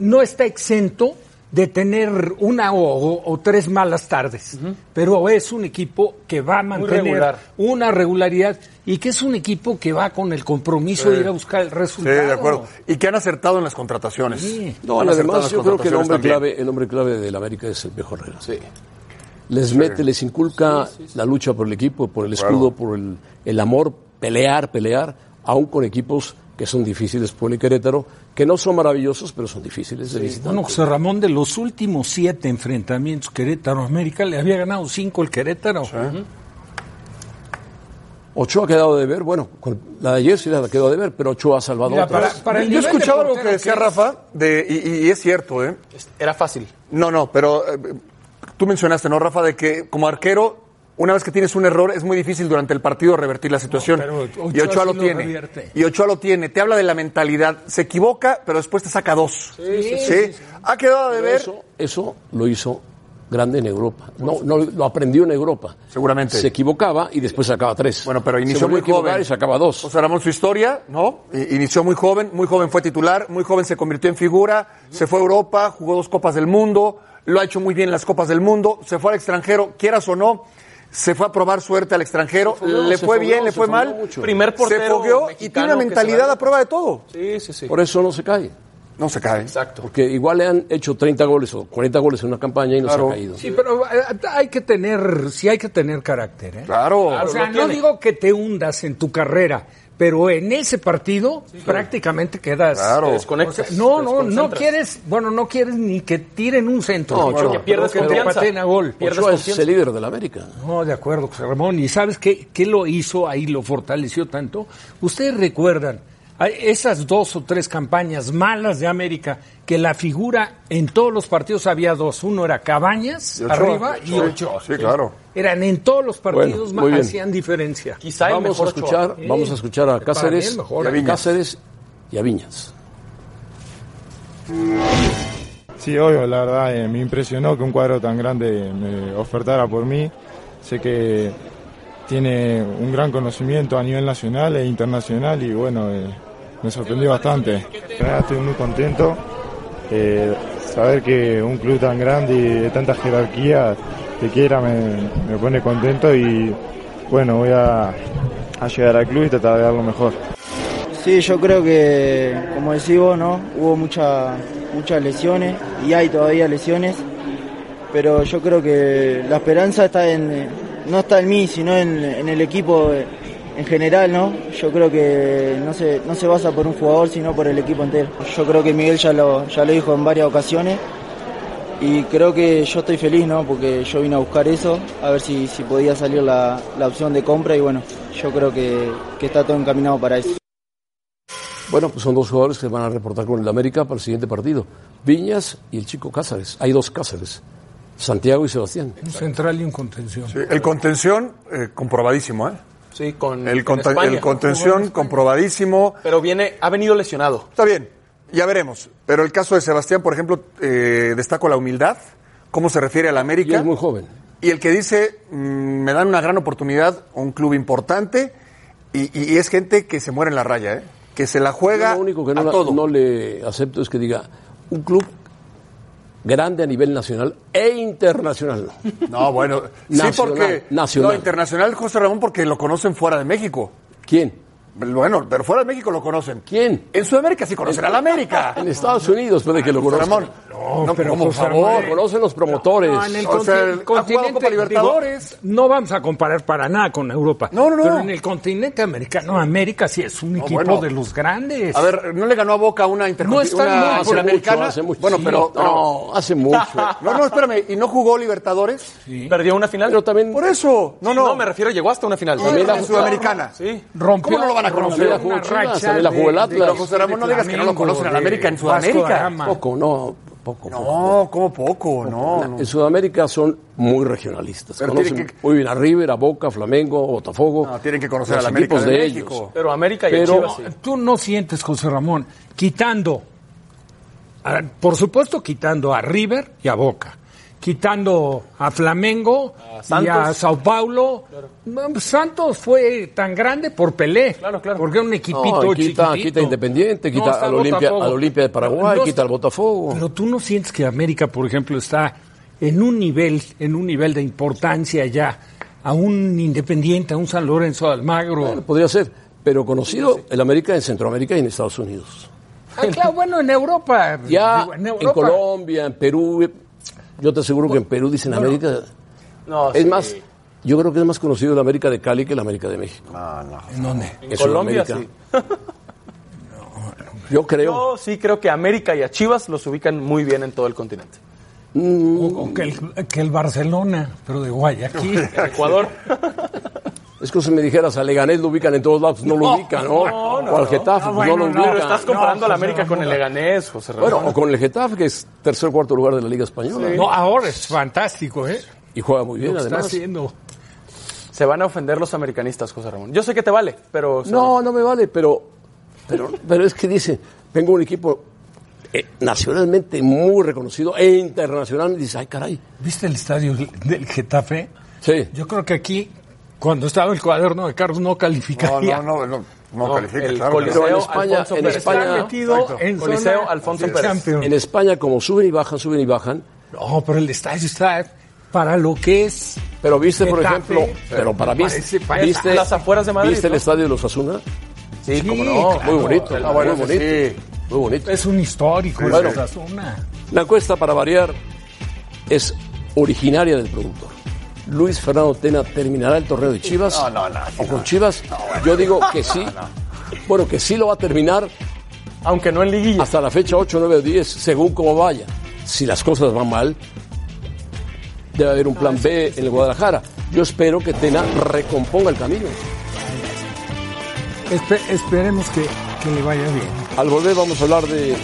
S3: no está exento de tener una o, o- o tres malas tardes, pero es un equipo que va a mantener
S4: regular.
S3: una regularidad y que es un equipo que va con el compromiso de ir a buscar el
S5: Sí,
S3: resultado.
S5: de acuerdo. Y que han acertado en las contrataciones.
S3: Sí.
S2: No,
S5: Han acertado en
S2: además
S5: las
S2: yo creo que el hombre,
S5: contrataciones también.
S2: clave, el hombre clave del América es el mejor Herrera.
S4: Sí.
S2: Les mete, les inculca la lucha por el equipo, por el escudo, por el, el amor, pelear, pelear, aún con equipos que son difíciles, Puebla y Querétaro, que no son maravillosos, pero son difíciles de visitar.
S3: Bueno, José Ramón, de los últimos siete enfrentamientos Querétaro-América, le había ganado cinco el Querétaro.
S2: Ochoa ha quedado de ver, bueno, con la de ayer sí la quedó de ver, pero Ochoa ha salvado
S3: Mira,
S2: otras.
S3: para- para el
S5: Yo
S3: nivel de
S5: escuchaba algo que
S3: portero
S5: decía
S3: que es.
S5: Rafa, de, y, y es cierto, ¿eh?
S4: Era fácil.
S5: No, no, pero eh, tú mencionaste, ¿no, Rafa? De que como arquero, una vez que tienes un error, es muy difícil durante el partido revertir la situación.
S3: pero Ochoa
S5: y Ochoa
S3: sí lo
S5: lo tiene.
S3: revierte.
S5: Y Ochoa lo tiene. Te habla de la mentalidad. Se equivoca, pero después te saca dos. Sí, sí, Ha quedado de ver.
S2: Eso, eso lo hizo grande en Europa. No, no, lo aprendió en Europa.
S5: Seguramente.
S2: Se equivocaba y después sacaba tres.
S5: Bueno, pero
S2: Se
S5: inició
S2: volvió
S5: muy
S2: a equivocar
S5: joven.
S2: y sacaba dos.
S5: O sea, Ramón, su historia, ¿no? I- Inició muy joven, muy joven fue titular, muy joven se convirtió en figura, se fue a Europa, jugó dos Copas del Mundo, lo ha hecho muy bien en las Copas del Mundo, se fue al extranjero, quieras o no, se fue a probar suerte al extranjero,
S2: fogueó,
S5: le
S2: se
S5: fue
S2: fogueó,
S5: bien, le
S2: se
S5: fue
S2: fogueó
S5: mal,
S2: mucho.
S4: Primer
S5: se
S4: portero
S5: fogueó y
S4: mexicano
S5: tiene una
S4: que se
S5: mentalidad
S4: la-
S5: a prueba de todo.
S4: Sí, sí, sí.
S2: Por eso no se cae.
S5: No se cae.
S4: Exacto.
S2: Porque igual le han hecho 30 goles o 40 goles en una campaña y no
S5: Claro.
S2: se ha caído.
S3: Sí, pero eh, hay que tener, sí hay que tener carácter, ¿eh?
S5: Claro.
S3: O sea,
S4: lo
S3: no
S4: tiene.
S3: digo que te hundas en tu carrera, pero en ese partido prácticamente quedas. eh,
S5: Claro. Te
S4: desconectas,
S3: O sea, no,
S4: te
S3: no, no
S4: desconcentras.
S3: quieres, bueno, no quieres ni que tiren un centro.
S4: No, porque pierdes
S3: que te
S4: confianza.
S3: pateen a gol.
S4: Pierdes
S2: Ochoa es
S4: confianza.
S2: el líder de la América.
S3: No, de acuerdo, José Ramón. ¿Y sabes qué, qué lo hizo ahí, lo fortaleció tanto? Ustedes recuerdan a esas dos o tres campañas malas de América, que la figura en todos los partidos había dos. Uno era Cabañas,
S5: Y Ochoa.
S3: arriba, y
S5: Ochoa.
S3: Ochoa.
S5: Sí, claro.
S3: Eran en todos los partidos,
S2: Bueno, muy
S3: ma-
S2: bien.
S3: hacían diferencia.
S4: Quizá el
S2: vamos a
S4: mejor Ochoa.
S2: escuchar, vamos a escuchar a
S3: Para mí
S2: Cáceres,
S3: el mejor.
S2: y a Viñas. Cáceres y a Viñas.
S6: Sí, obvio, la verdad eh, me impresionó que un cuadro tan grande me ofertara por mí. Sé que tiene un gran conocimiento a nivel nacional e internacional y bueno, eh, me sorprendió bastante. Nada, Estoy muy contento. eh, saber que un club tan grande y de tanta jerarquía te quiera me, me pone contento y bueno, voy a, a llegar al club y tratar de dar lo mejor.
S7: Sí, yo creo que, como decís vos, ¿no? Hubo mucha- muchas lesiones y hay todavía lesiones, pero yo creo que la esperanza está en, no está en mí, sino en, en el equipo eh, en general, ¿no? Yo creo que no se, no se basa por un jugador, sino por el equipo entero. Yo creo que Miguel ya lo, ya lo dijo en varias ocasiones y creo que yo estoy feliz, ¿no? Porque yo vine a buscar eso, a ver si, si podía salir la, la opción de compra y bueno, yo creo que, que está todo encaminado para eso.
S2: Bueno, pues son dos jugadores que van a reportar con el América para el siguiente partido. Viñas y el chico Cáceres. Hay dos Cáceres, Santiago y Sebastián.
S3: Un central y un contención.
S5: Sí, El contención, eh, comprobadísimo, ¿eh?
S4: Sí, con
S5: El,
S4: Mm. en
S5: conten-
S4: España.
S5: el contención, comprobadísimo.
S4: Pero viene, ha venido lesionado.
S5: Está bien, ya veremos. Pero el caso de Sebastián, por ejemplo, eh, destaco la humildad, cómo se refiere a la
S2: Y
S5: América.
S2: es muy joven.
S5: Y el que dice, mm, me dan una gran oportunidad, un club importante, y, y es gente que se muere en la raya, ¿eh? que se la juega
S2: Yo lo único que no,
S5: a
S2: la-
S5: todo.
S2: no le acepto es que diga un club grande a nivel nacional e internacional.
S5: No, bueno, sí
S2: Nacional,
S5: porque...
S2: nacional.
S5: No, internacional, José Ramón, porque lo conocen fuera de México.
S2: ¿Quién?
S5: Bueno, pero fuera de México lo conocen.
S2: ¿Quién?
S5: En Sudamérica sí conocen a la América.
S2: En Estados Unidos puede que lo
S5: José
S2: conozcan.
S5: Ramón, no,
S3: pero
S5: como
S3: José
S5: favor.
S2: Lo conocen los promotores.
S3: No, en el
S5: O
S3: conti-
S5: sea, ha jugado
S3: continente
S5: Copa Libertadores.
S3: digo, no vamos a comparar para nada con Europa.
S5: No, no, no.
S3: Pero en el continente americano, América sí es un equipo
S5: bueno.
S3: de los grandes.
S5: A ver, ¿no le ganó a Boca una
S3: No está mal, hace
S5: intercontinental?
S2: Hace
S5: una
S2: mucho,
S5: americana?
S2: hace mucho.
S5: Bueno,
S2: Sí,
S5: pero...
S2: No, hace mucho.
S5: Este, No, no, espérame. ¿Y no jugó Libertadores?
S4: Perdió una final.
S2: Pero también...
S5: Por eso. No,
S4: Sí,
S5: no.
S4: me refiero, llegó hasta una final.
S5: También la
S2: la-
S5: Sudamericana.
S4: Sí.
S3: Rompió,
S5: ¿Cómo no lo van a conocer?
S3: rompió
S2: Jugó
S3: una
S2: Chivas,
S3: racha
S2: también la jugó el
S3: de-
S2: Atlas.
S3: de-
S5: José Ramón, no
S3: de
S5: digas que no lo
S3: Flamengo,
S5: conocen a la
S3: de
S5: América en
S3: Vasco da
S5: Sudamérica.
S3: Gama.
S2: Poco, no, poco. poco.
S5: No, ¿cómo poco? No, no.
S2: En Sudamérica son muy regionalistas.
S5: Pero
S2: Conocen
S5: tiene que-
S2: muy bien a River, a Boca, Flamengo, Botafogo.
S5: No, tienen que conocer
S2: los
S5: a la América
S2: equipos
S5: de
S2: de
S5: México.
S2: ellos.
S4: Pero América y
S2: Pero-
S4: Chivas sí.
S3: Tú no sientes, José Ramón, quitando, a- por supuesto, quitando a River y a Boca, quitando a Flamengo y
S4: Santos.
S3: a Sao Paulo. No, Santos fue tan grande por Pelé,
S4: Claro, claro.
S3: porque era un equipito
S2: No, y quita,
S3: chiquitito.
S2: quita Independiente,
S3: No,
S2: quita
S3: está
S2: al, Olimpia,
S3: Botafogo.
S2: al Olimpia de Paraguay,
S3: No
S2: quita
S3: está-
S2: al Botafogo.
S3: Pero tú no sientes que América, por ejemplo, está en un nivel, en un nivel de importancia ya a un Independiente, a un San Lorenzo de Almagro.
S2: Bueno, podría ser. Pero conocido el América en Centroamérica y en Estados Unidos.
S3: Ah, claro, bueno, en Europa.
S2: Ya
S3: digo,
S2: en, Colombia, en Perú, eh, yo te aseguro que en Perú dicen América.
S4: No,
S2: es
S4: ah, sí.
S2: más, yo creo que es más conocido el América de Cali que el América de México.
S3: ¿En dónde?
S4: En Colombia sí.
S2: Sudamérica. Yo creo.
S4: Yo sí creo que a América y a Chivas los ubican muy bien en todo el continente.
S3: O- o que, el, que el Barcelona, pero de Guayaquil.
S4: Ecuador.
S2: Es como si me dijeras, a Leganés lo ubican en todos lados, no, lo ubican, ¿no? o al Getafe,
S3: Ah,
S2: pues
S3: bueno,
S2: no lo
S3: no,
S2: ubican.
S4: Pero estás comparando
S3: No,
S4: a la
S3: José
S4: América con el
S3: Ramón.
S4: Leganés, José Ramón.
S2: Bueno, o con el Getafe, que es tercer o cuarto lugar de la Liga Española. ¿no?
S3: No, ahora es fantástico, ¿eh?
S2: Y juega muy bien,
S3: Lo que está
S2: además.
S3: haciendo.
S4: Se van a ofender los americanistas, José Ramón. Yo sé que te vale, pero... o sea,
S2: No, no me vale, pero, pero, pero es que dice, tengo un equipo eh, nacionalmente muy reconocido e internacional, y dice, ay, caray.
S3: ¿Viste el estadio del Getafe?
S2: Sí.
S3: Yo creo que aquí, cuando estaba el cuaderno de Carlos, no
S5: No,
S3: calificaría.
S5: no, no, no, no
S4: No,
S5: califica,
S4: el
S5: claro.
S4: Coliseo,
S2: Pero en España-
S4: Alfonso
S2: en
S4: Pérez.
S2: España-
S4: Está metido
S5: Exacto.
S4: en
S3: zona
S4: Coliseo, Alfonso
S3: de
S4: Pérez.
S3: Champions.
S2: En España, como suben y bajan, suben y bajan,
S3: No, pero el estadio está para lo que es.
S2: pero viste, por
S3: Getafe,
S2: ejemplo, pero para mí,
S3: parece- parece
S2: viste,
S4: las afueras de Madrid,
S2: ¿viste el
S4: ¿no?
S2: estadio de los Asuna?
S4: Sí,
S3: Sí,
S4: como no.
S3: claro.
S2: Muy bonito,
S5: Ah, bueno,
S2: muy
S5: ese
S2: bonito, muy bonito.
S3: Es un histórico, es
S2: Bueno.
S3: la zona.
S2: La encuesta, para variar, es originaria del productor. Luis Fernando Tena terminará el torneo de Chivas.
S5: No, no, no, sí,
S2: o con Chivas, yo digo que sí, Bueno, que sí lo va a terminar.
S4: Aunque no en liguilla.
S2: Hasta la fecha 8, 9 o 10, según cómo vaya. Si las cosas van mal, debe haber un plan B en el Guadalajara. Yo espero que Tena recomponga el camino.
S3: Espe- esperemos que, que le vaya bien.
S2: Al volver vamos a hablar de,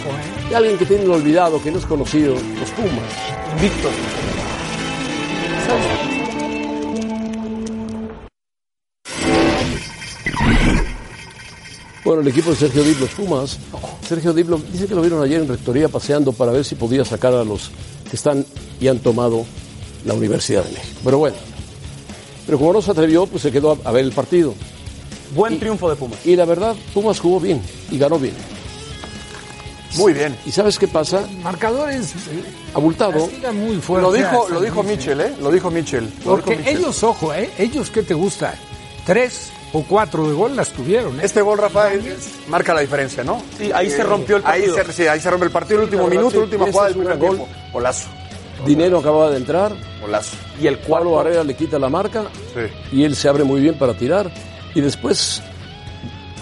S2: de alguien que tienen olvidado, que no es conocido, los Pumas.
S4: Víctor.
S2: Bueno, el equipo de Sergio Dip, los Pumas. Sergio Dip lo- dice que lo vieron ayer en Rectoría paseando para ver si podía sacar a los que están y han tomado la Universidad de México. Pero bueno, pero como no se atrevió, pues se quedó a, a ver el partido.
S4: Ah, Buen triunfo de Pumas.
S2: Y la verdad, Pumas jugó bien y ganó bien.
S5: Muy bien.
S2: ¿Y sabes qué pasa?
S3: Marcadores eh,
S2: Abultado.
S3: castigan muy fuerte.
S5: Lo dijo,
S3: a
S5: lo
S3: San
S5: dijo
S3: Luis,
S5: Mitchell, ¿eh? Lo dijo Mitchell. Lo
S3: Porque
S5: dijo Mitchell.
S3: ellos, ojo, ¿eh? Ellos, ¿qué te gusta? Tres o cuatro de gol las tuvieron, ¿eh?
S5: Este gol, Rafa, es- marca la diferencia, ¿no?
S4: Sí, ahí se rompió el
S5: Ahí
S4: partido.
S5: se, sí, ahí se rompe el partido, el último
S2: La verdad,
S5: minuto,
S2: sí.
S5: la última
S2: Ese
S5: jugada
S2: es
S5: del
S2: un
S5: primer
S2: gran
S5: tiempo. Golazo,
S2: Dinero acababa de entrar.
S5: golazo.
S4: Y el
S2: Pablo
S4: cuarto.
S2: Barrera le quita la marca
S5: Sí.
S2: y él se abre muy bien para tirar. Y después,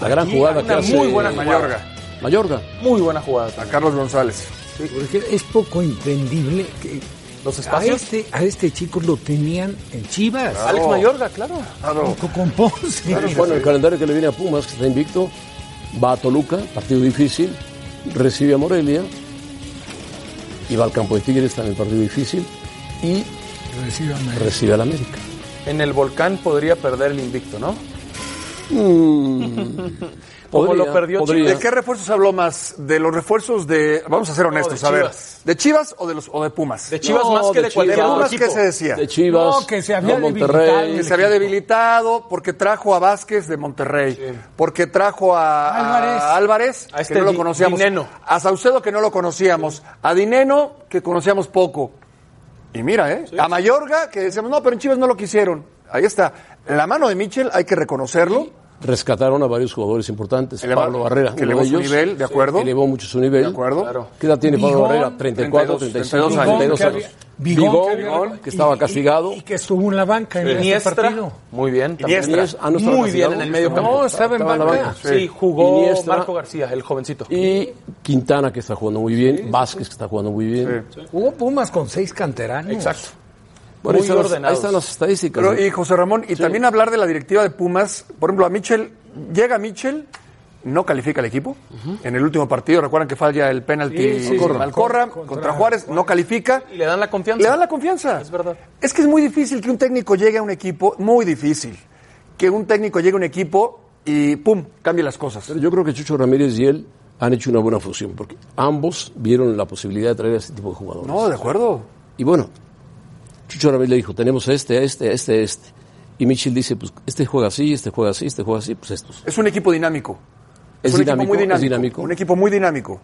S2: la gran jugada que
S4: una
S2: hace
S4: muy buena jugada.
S5: Mayorga,
S2: Mayorga.
S4: Muy buena jugada.
S5: a Carlos González.
S3: Porque es poco entendible que
S4: Los
S3: a
S4: espacios.
S3: este, a este chico lo tenían en Chivas.
S4: Alex Mayorga, claro.
S5: Claro.
S3: Junto con Ponce.
S2: Bueno, el calendario que le viene a Pumas, que está invicto, va a Toluca, partido difícil, recibe a Morelia, y va al campo de Tigres, está en el partido difícil, y
S3: Reciban a-
S2: recibe al América.
S4: En el volcán podría perder el invicto, ¿no? Como
S2: Podría,
S4: lo perdió
S2: podría.
S5: ¿De qué refuerzos habló más? ¿De los refuerzos de. Vamos a ser honestos,
S4: de
S5: a ver.
S4: Chivas.
S5: ¿De Chivas o de, los, o de Pumas?
S4: De Chivas
S2: No,
S4: más que
S2: de Chivas.
S4: de,
S5: ¿De
S4: cualquier otro
S5: Pumas
S4: equipo.
S5: qué se decía?
S2: De Chivas,
S3: No, que se había
S2: de Monterrey,
S5: que se había debilitado porque trajo a Vázquez de Monterrey, porque trajo a
S3: Álvarez.
S5: a Álvarez,
S4: A este
S5: que no lo
S4: Di-
S5: conocíamos,
S4: Dineno.
S5: a Saucedo, que no lo conocíamos, a Dineno, que conocíamos poco. Y mira, ¿eh? A Mayorga, que decíamos, no, pero en Chivas no lo quisieron. Ahí está. La mano de Mitchell, hay que reconocerlo.
S2: rescataron a varios jugadores importantes.
S5: Eleva-
S2: Pablo Barrera,
S5: que
S2: uno
S5: elevó
S2: de
S5: su
S2: ellos.
S5: nivel, de acuerdo.
S2: Elevó mucho su nivel.
S5: ¿De acuerdo?
S2: ¿Qué edad tiene Pablo
S3: Bigón,
S2: Barrera? 34, 35,
S5: 32
S3: Bigón,
S2: 32
S3: que
S2: años.
S3: había- Bigón,
S2: Bigón,
S3: que había-
S2: Bigón, que estaba
S3: y-
S2: castigado.
S3: Y, y que estuvo en la banca en ese
S4: Iniestra.
S3: partido.
S4: Muy bien. también.
S5: Iniestra.
S2: Iniesta- ah, no estaba
S4: Muy bien
S2: castigado.
S4: en el medio
S2: No,
S4: campo.
S3: No, estaba en
S2: Estaba en la
S3: banca.
S2: banca.
S4: Sí, jugó
S2: Iniesta.
S4: Marco García, el jovencito.
S2: Y Quintana, que está jugando muy bien. Vázquez, que está jugando muy bien.
S3: Hubo Pumas con seis canteranos. Exacto.
S2: Bueno, ahí
S4: Muy
S2: están las-
S4: ordenados.
S2: ahí están las estadísticas.
S5: Pero,
S2: ¿no?
S5: y José Ramón, y también hablar de la directiva de Pumas, por ejemplo, a Mitchell, llega Mitchell, no califica el equipo en el último partido, recuerdan que falla el penalti Malcorra, contra, Juárez, no califica.
S4: Y le dan la confianza.
S5: Le dan la confianza.
S4: Es verdad.
S5: Es que es muy difícil que un técnico llegue a un equipo, muy difícil, que un técnico llegue a un equipo y pum, cambie las cosas.
S2: Pero yo creo que Chucho Ramírez y él han hecho una buena fusión, porque ambos vieron la posibilidad de traer a este tipo de jugadores.
S5: No, de acuerdo.
S2: Y bueno, Chucho Ramírez le dijo, tenemos a este, a este, a este, a este. Y Mitchell dice, pues este juega así, este juega así, este juega así, pues estos.
S5: Es un equipo dinámico.
S2: Es
S5: un
S2: dinámico,
S5: equipo muy
S2: es
S5: dinámico.
S2: dinámico.
S5: Un equipo muy dinámico.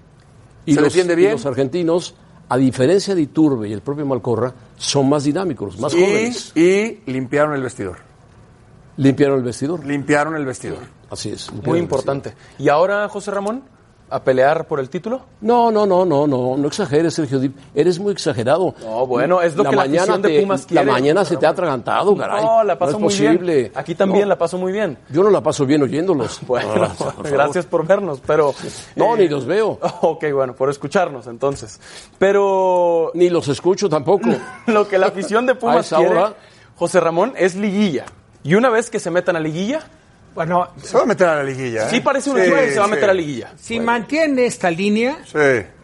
S2: Y
S5: se
S2: los,
S5: defiende
S2: y
S5: bien.
S2: los argentinos, a diferencia de Iturbe y el propio Malcorra, son más dinámicos, más
S5: Y,
S2: jóvenes.
S5: y limpiaron el vestidor.
S2: Limpiaron el vestidor.
S5: Limpiaron el vestidor.
S2: Así es. limpiaron
S4: Muy
S2: el
S4: importante. Y ahora, José Ramón, a pelear por el título.
S2: vestidor. No, no, no, no, no, no exageres, Sergio Dip. Eres muy exagerado.
S4: No, bueno, es lo que la afición de
S2: te-
S4: Pumas
S2: La
S4: quiere,
S2: mañana se te ha atragantado, caray.
S4: no, la paso
S2: es
S4: muy
S2: posible.
S4: bien. Aquí también
S2: No.
S4: la paso muy bien.
S2: Yo no la paso bien oyéndolos.
S4: Bueno,
S2: No, por favor.
S4: gracias por vernos, pero...
S2: No, ni los veo.
S4: Ok, bueno, por escucharnos entonces. Pero
S2: Ni los escucho tampoco.
S4: lo que la afición de
S2: A
S4: Pumas
S2: esa
S4: quiere,
S2: hora.
S4: José Ramón, es liguilla. Y una vez que se metan a liguilla,
S3: Bueno,
S5: Se va a meter a la liguilla. ¿eh?
S2: Ah,
S4: sí parece un
S5: Sí,
S4: equipo que se va a
S5: sí.
S4: meter a liguilla.
S3: si mantiene esta línea,
S5: Sí.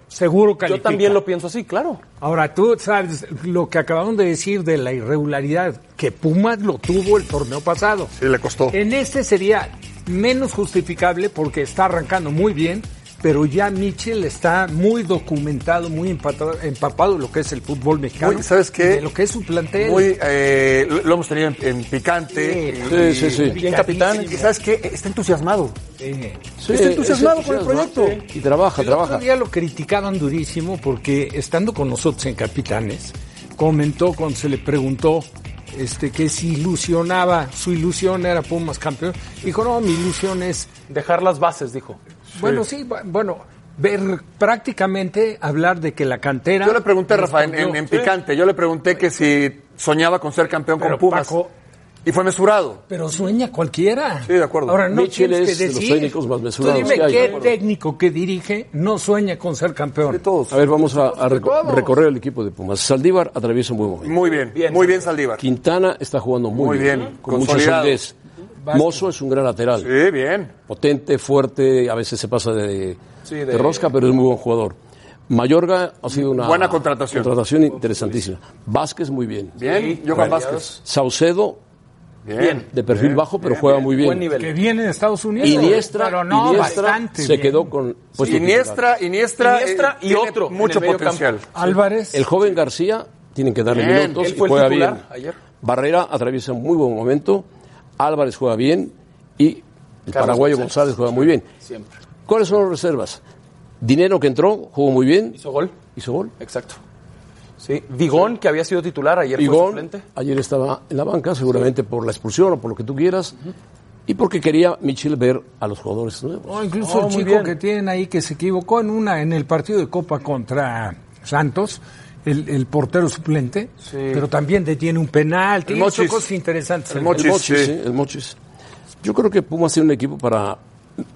S3: seguro califica.
S4: Yo también lo pienso así, claro.
S3: Ahora, tú sabes lo que acabamos de decir de la irregularidad, que Pumas lo tuvo el torneo pasado.
S5: Sí, le costó.
S3: En este sería menos justificable porque está arrancando muy bien, pero ya Mitchell está muy documentado, muy empatado- empapado de lo que es el fútbol mexicano.
S5: Muy, ¿sabes qué?
S3: De lo que es su plantel.
S5: Muy, eh, lo lo hemos tenido en, en picante.
S3: Sí.
S2: Sí, sí, sí.
S4: Bien, capitán.
S5: Y sabes qué? Está entusiasmado.
S3: Eh,
S2: Sí,
S5: Está entusiasmado con el
S2: entusiasmado.
S5: proyecto.
S2: Y trabaja,
S3: El otro
S2: trabaja.
S3: día lo criticaban durísimo porque estando con nosotros en Capitanes, comentó cuando se le preguntó este, que si ilusionaba, su ilusión era Pumas campeón. Dijo, no, mi ilusión es,
S4: Dejar las bases, dijo.
S3: bueno, sí, bu- bueno, ver prácticamente hablar de que la cantera...
S5: Yo le pregunté, Rafa, en, en- en
S3: Sí.
S5: picante, yo le pregunté que si soñaba con ser campeón
S3: Pero,
S5: con Pumas.
S3: Paco,
S5: Y fue mesurado.
S3: Pero sueña cualquiera.
S5: Sí, de acuerdo.
S3: Ahora no
S2: Mitchell
S3: tienes
S2: es
S3: que
S2: de los
S3: decir.
S2: técnicos más mesurados
S3: Tú dime
S2: que hay, de
S3: qué
S2: acuerdo.
S3: técnico que dirige no sueña con ser campeón.
S5: De todos.
S2: A ver, vamos a, a reco- recorrer el equipo de Pumas. Saldívar atraviesa un buen momento.
S5: Muy bien, muy bien Saldívar.
S2: Quintana está jugando muy,
S5: Muy
S2: bien,
S5: bien,
S2: con mucha
S5: consolidado.
S2: solidez. Mozo es un gran lateral,
S5: Sí, bien.
S2: potente, fuerte, a veces se pasa de,
S4: Sí,
S2: de
S4: de-
S2: rosca, pero es muy buen jugador. Mayorga ha sido una
S5: Buena contratación.
S2: contratación interesantísima. Vázquez muy bien.
S5: Bien,
S4: Sí,
S5: Johan
S4: variados.
S5: Vázquez.
S2: Saucedo
S5: Bien.
S2: de perfil bajo, pero juega muy bien.
S4: Buen nivel.
S3: Que viene de Estados Unidos.
S2: Y Diestra,
S3: pero no,
S2: y Diestra
S3: bastante
S2: se
S3: bien.
S2: quedó con puesto titular.
S5: Iniestra, Iniestra,
S4: Iniestra
S5: eh,
S4: y
S5: tiene
S4: otro en
S5: Mucho
S4: el medio
S5: potencial.
S3: Álvarez.
S2: El joven García tienen que darle
S5: Bien,
S2: minutos
S4: él
S2: y
S4: fue el
S2: juega
S4: titular
S2: bien.
S4: ayer.
S2: Barrera atraviesa un muy buen momento, Álvarez juega bien y el paraguayo González juega muy bien.
S4: Siempre.
S2: ¿Cuáles son las reservas? Dinero que entró, jugó muy bien,
S4: Hizo gol.
S2: hizo gol.
S4: Exacto. Sí. Vigón, que había sido titular ayer fue
S2: Igón
S4: suplente.
S2: ayer estaba en la banca, seguramente por la expulsión o por lo que tú quieras, y porque quería Michel ver a los jugadores nuevos.
S3: No, incluso
S4: Oh,
S3: el
S4: muy
S3: chico
S4: bien.
S3: que tienen ahí que se equivocó en una en el partido de Copa contra Santos, el, el portero suplente, pero también detiene un penal, tiene
S5: Mochis.
S3: cosas interesantes.
S5: El Mochis.
S2: El Mochis,
S5: sí.
S2: sí, el Mochis. Yo creo que Pumas tiene un equipo para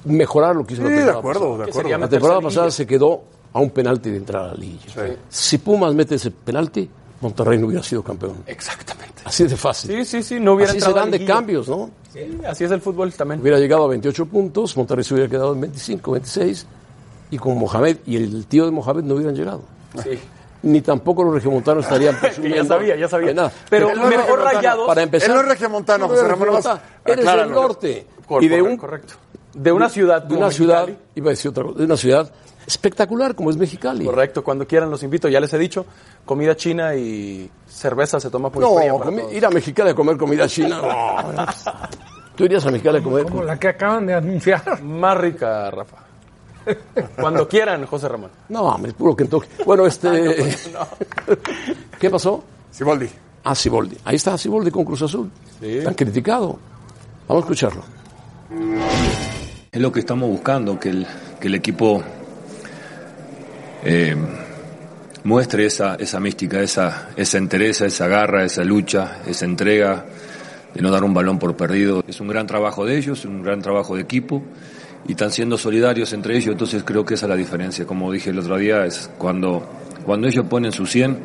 S2: mejorar lo que hizo
S5: Sí,
S2: la
S5: de
S2: temporada
S5: acuerdo, de
S4: Que
S5: acuerdo.
S4: sería
S2: La
S4: meterse
S2: temporada
S4: en liguilla.
S2: pasada se quedó a un penalti de entrar a la liguilla. Si Pumas mete ese penalti, Monterrey no hubiera sido campeón.
S4: Exactamente.
S2: Así de fácil.
S4: Sí, sí, sí, no hubiera
S2: Así se
S4: entrado a
S2: dan de
S4: liguilla.
S2: cambios, ¿no?
S4: Sí, así es el fútbol también.
S2: Hubiera llegado a 28 puntos, Monterrey se hubiera quedado en 25, 26, y con Mohamed y el tío de Mohamed no hubieran llegado.
S4: Sí.
S2: Ni tampoco los regiomontanos estarían presumiendo.
S4: ya sabía, ya sabía.
S2: que nada.
S4: Pero
S5: Él no es
S4: mejor
S5: regiomontano.
S4: rayados.
S2: para empezar.
S5: Él no es regiomontano,
S2: No es
S5: José Ramón,
S2: regiomontano.
S5: nada más.
S2: Eres del
S5: Acláralo.
S2: norte.
S4: Cor-
S2: y de un
S4: correcto. De una ciudad.
S2: de
S4: como
S2: una ciudad,
S4: Mexicali.
S2: iba a decir otra cosa, de una ciudad espectacular como es Mexicali.
S4: Correcto, cuando quieran los invito, ya les he dicho, comida china y cerveza se toma por
S2: No,
S4: fría para
S2: comi-
S4: todos.
S2: ir a Mexicali a comer comida china. no. Tú irías a Mexicali a comer.
S3: Como la que acaban de anunciar.
S4: Más rica, Rafa. Cuando quieran, José Ramón.
S2: No, hombre, puro Kentucky. Bueno, este.
S4: pues,
S2: ¿Qué pasó?
S5: Siboldi.
S2: Ah, Siboldi. Ahí está Siboldi con Cruz Azul. Tan criticado. Vamos a escucharlo.
S8: Es lo que estamos buscando, que el, que el equipo eh, muestre esa, esa mística, esa, esa entereza, esa garra, esa lucha, esa entrega de no dar un balón por perdido. Es un gran trabajo de ellos, un gran trabajo de equipo y están siendo solidarios entre ellos, entonces creo que esa es la diferencia. Como dije el otro día, es cuando, cuando ellos ponen su 100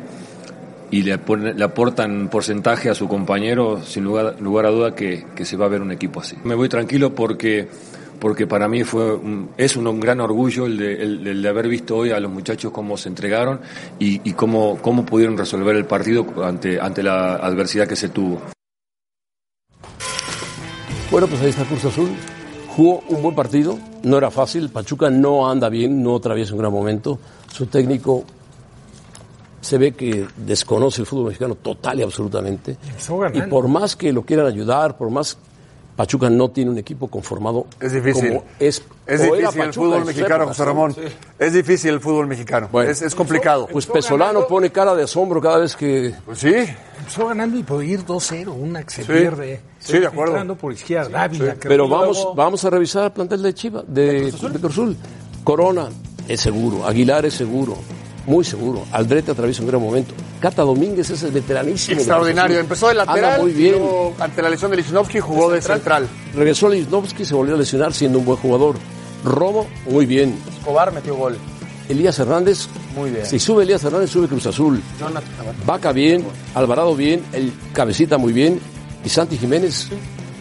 S8: y le, ponen- le aportan porcentaje a su compañero, sin lugar, lugar a duda que, que se va a ver un equipo así. Me voy tranquilo porque, porque para mí fue un- es un, gran orgullo el de, el- el de haber visto hoy a los muchachos cómo se entregaron y, y cómo, cómo pudieron resolver el partido ante, ante la adversidad que se tuvo.
S2: Bueno, pues ahí está Cruz Azul. Jugó un buen partido, no era fácil. Pachuca no anda bien, no atraviesa un gran momento. Su técnico se ve que desconoce el fútbol mexicano total y absolutamente.
S3: Empezó ganando.
S2: Y por más que lo quieran ayudar, por más Pachuca no tiene un equipo conformado
S5: Es difícil.
S2: como es,
S5: Es
S2: o era
S5: difícil el
S2: Pachuca
S5: fútbol
S2: en sus
S5: mexicano,
S2: épocas,
S5: José
S2: ¿no?
S5: Ramón. Es difícil el fútbol mexicano.
S2: Bueno.
S5: Es, es complicado.
S2: Pues Pesolano pone cara de asombro cada vez que
S5: Pues sí.
S3: Empezó ganando y puede ir 2-0, una que se
S5: Sí.
S3: pierde.
S5: Sí, de acuerdo.
S3: eh. Entrando por izquierda, Ávila, que
S2: Pero
S3: luego-
S2: vamos, vamos a revisar el plantel de Chivas, de, de Cruz Azul. Corona es seguro, Aguilar es seguro, muy seguro. Aldrete atraviesa un gran momento. Cata Domínguez es el veteranísimo. de Cruz
S5: Extraordinario.
S2: Azul.
S5: Empezó de
S2: Anda
S5: lateral.
S2: muy bien.
S5: y luego, ante la lesión de Lichnowsky jugó de central.
S2: Regresó Lisnowski, se volvió a lesionar siendo un buen jugador. Romo, muy bien.
S4: Escobar metió gol.
S2: Elías Hernández,
S4: Muy bien.
S2: Si sube Elías Hernández, sube Cruz Azul.
S4: Jonathan Tavares.
S2: Vaca bien, Alvarado bien, el Cabecita muy bien. Y Santi Jiménez,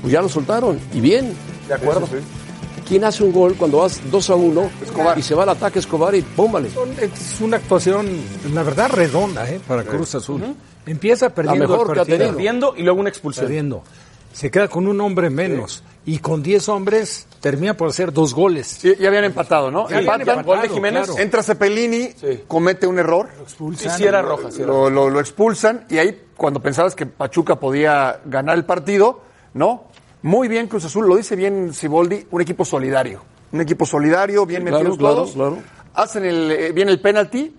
S2: pues ya lo soltaron. Y bien.
S4: De acuerdo.
S2: ¿Quién hace un gol cuando vas 2 a 1 y se va al ataque Escobar y pómbale?
S3: Son- Es una actuación, la verdad, redonda ¿eh? para Cruz Azul. Empieza perdiendo
S2: mejor
S3: el
S2: que ha
S3: partido.
S2: tenido.
S4: Perdiendo y luego una expulsión.
S3: perdiendo. Se queda con un hombre menos. Y con 10 hombres termina por hacer dos goles.
S5: Sí, ya habían empatado, ¿no?
S3: Ya habían
S5: Empatan.
S3: empatado,
S4: Gol de Jiménez.
S3: claro.
S5: Entra Cepelini, comete un error.
S4: Y si era roja, sí era roja.
S5: Lo, lo- lo expulsan y ahí cuando pensabas que Pachuca podía ganar el partido, ¿no? Muy bien Cruz Azul, lo dice bien Siboldi, un equipo solidario. Un equipo solidario, bien
S2: claro,
S5: metidos
S2: claro,
S5: todos.
S2: claro.
S5: Hacen el, eh, viene el penalti,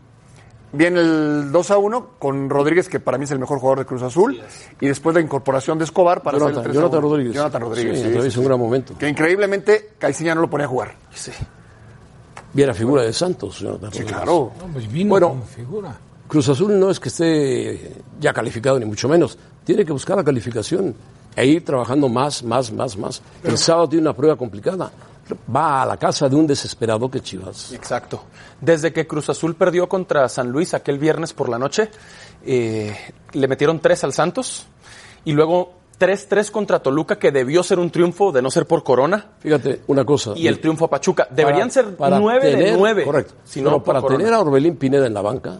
S5: viene el 2 a 1 con Rodríguez, que para mí es el mejor jugador de Cruz Azul, y después la incorporación de Escobar para hacer
S2: Jonathan,
S5: el 3 a 1.
S2: Jonathan Rodríguez.
S5: Jonathan Rodríguez,
S2: Sí,
S5: sí,
S2: atraviesa
S5: sí,
S2: un
S5: sí.
S2: gran momento.
S5: Que increíblemente Caixinha no lo ponía a jugar.
S2: Bien la figura de Santos, Jonathan Rodríguez.
S5: Claro.
S3: No, pues vino
S2: Bueno.
S3: como figura.
S2: Cruz Azul no es que esté ya calificado, ni mucho menos. Tiene que buscar la calificación. e ir trabajando más, más, más, más. El sábado tiene una prueba complicada. Va a la casa de un desesperado que es Chivas.
S4: Exacto. Desde que Cruz Azul perdió contra San Luis aquel viernes por la noche, eh, le metieron tres al Santos y luego 3-3 contra Toluca, que debió ser un triunfo de no ser por Corona,
S2: Fíjate una cosa.
S4: y el triunfo a Pachuca.
S2: Para-
S4: Deberían ser
S2: para
S4: 9 de
S2: tener-
S4: 9.
S2: Correcto.
S4: Si
S2: Pero
S4: no,
S2: para tener a Orbelín Pineda en la banca,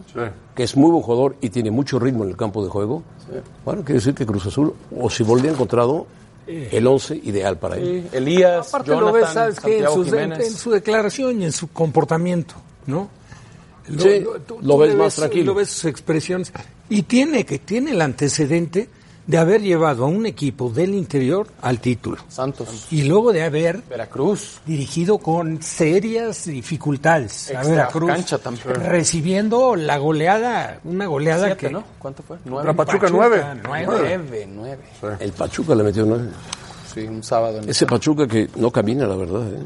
S2: que es muy buen jugador y tiene mucho ritmo en el campo de juego, bueno, quiere decir que Cruz Azul o Siboldi ha encontrado el 11 ideal para él.
S4: Elías,
S3: Aparte
S4: Jonathan,
S3: lo ves, ¿sabes qué? En
S4: Santiago
S3: su, en-
S4: Jiménez.
S3: en su declaración y en su comportamiento, ¿no?
S2: Sí, lo ves
S3: le
S2: más tranquilo.
S3: Lo ves sus expresiones. Y tiene, que, tiene el antecedente de haber llevado a un equipo del interior al título.
S4: Santos,
S3: Y luego de haber
S4: Veracruz.
S3: dirigido con serias dificultades a
S4: Extra
S3: Veracruz,
S4: cancha también.
S3: recibiendo la goleada, una goleada
S4: Siete,
S3: que...
S4: ¿no? ¿Cuánto fue? Nueve.
S5: Contra Pachuca, nueve.
S3: nueve.
S4: Nueve, nueve.
S2: El Pachuca le metió nueve.
S4: Sí, un sábado. en-
S2: Ese Pachuca que no camina, la verdad. ¿eh?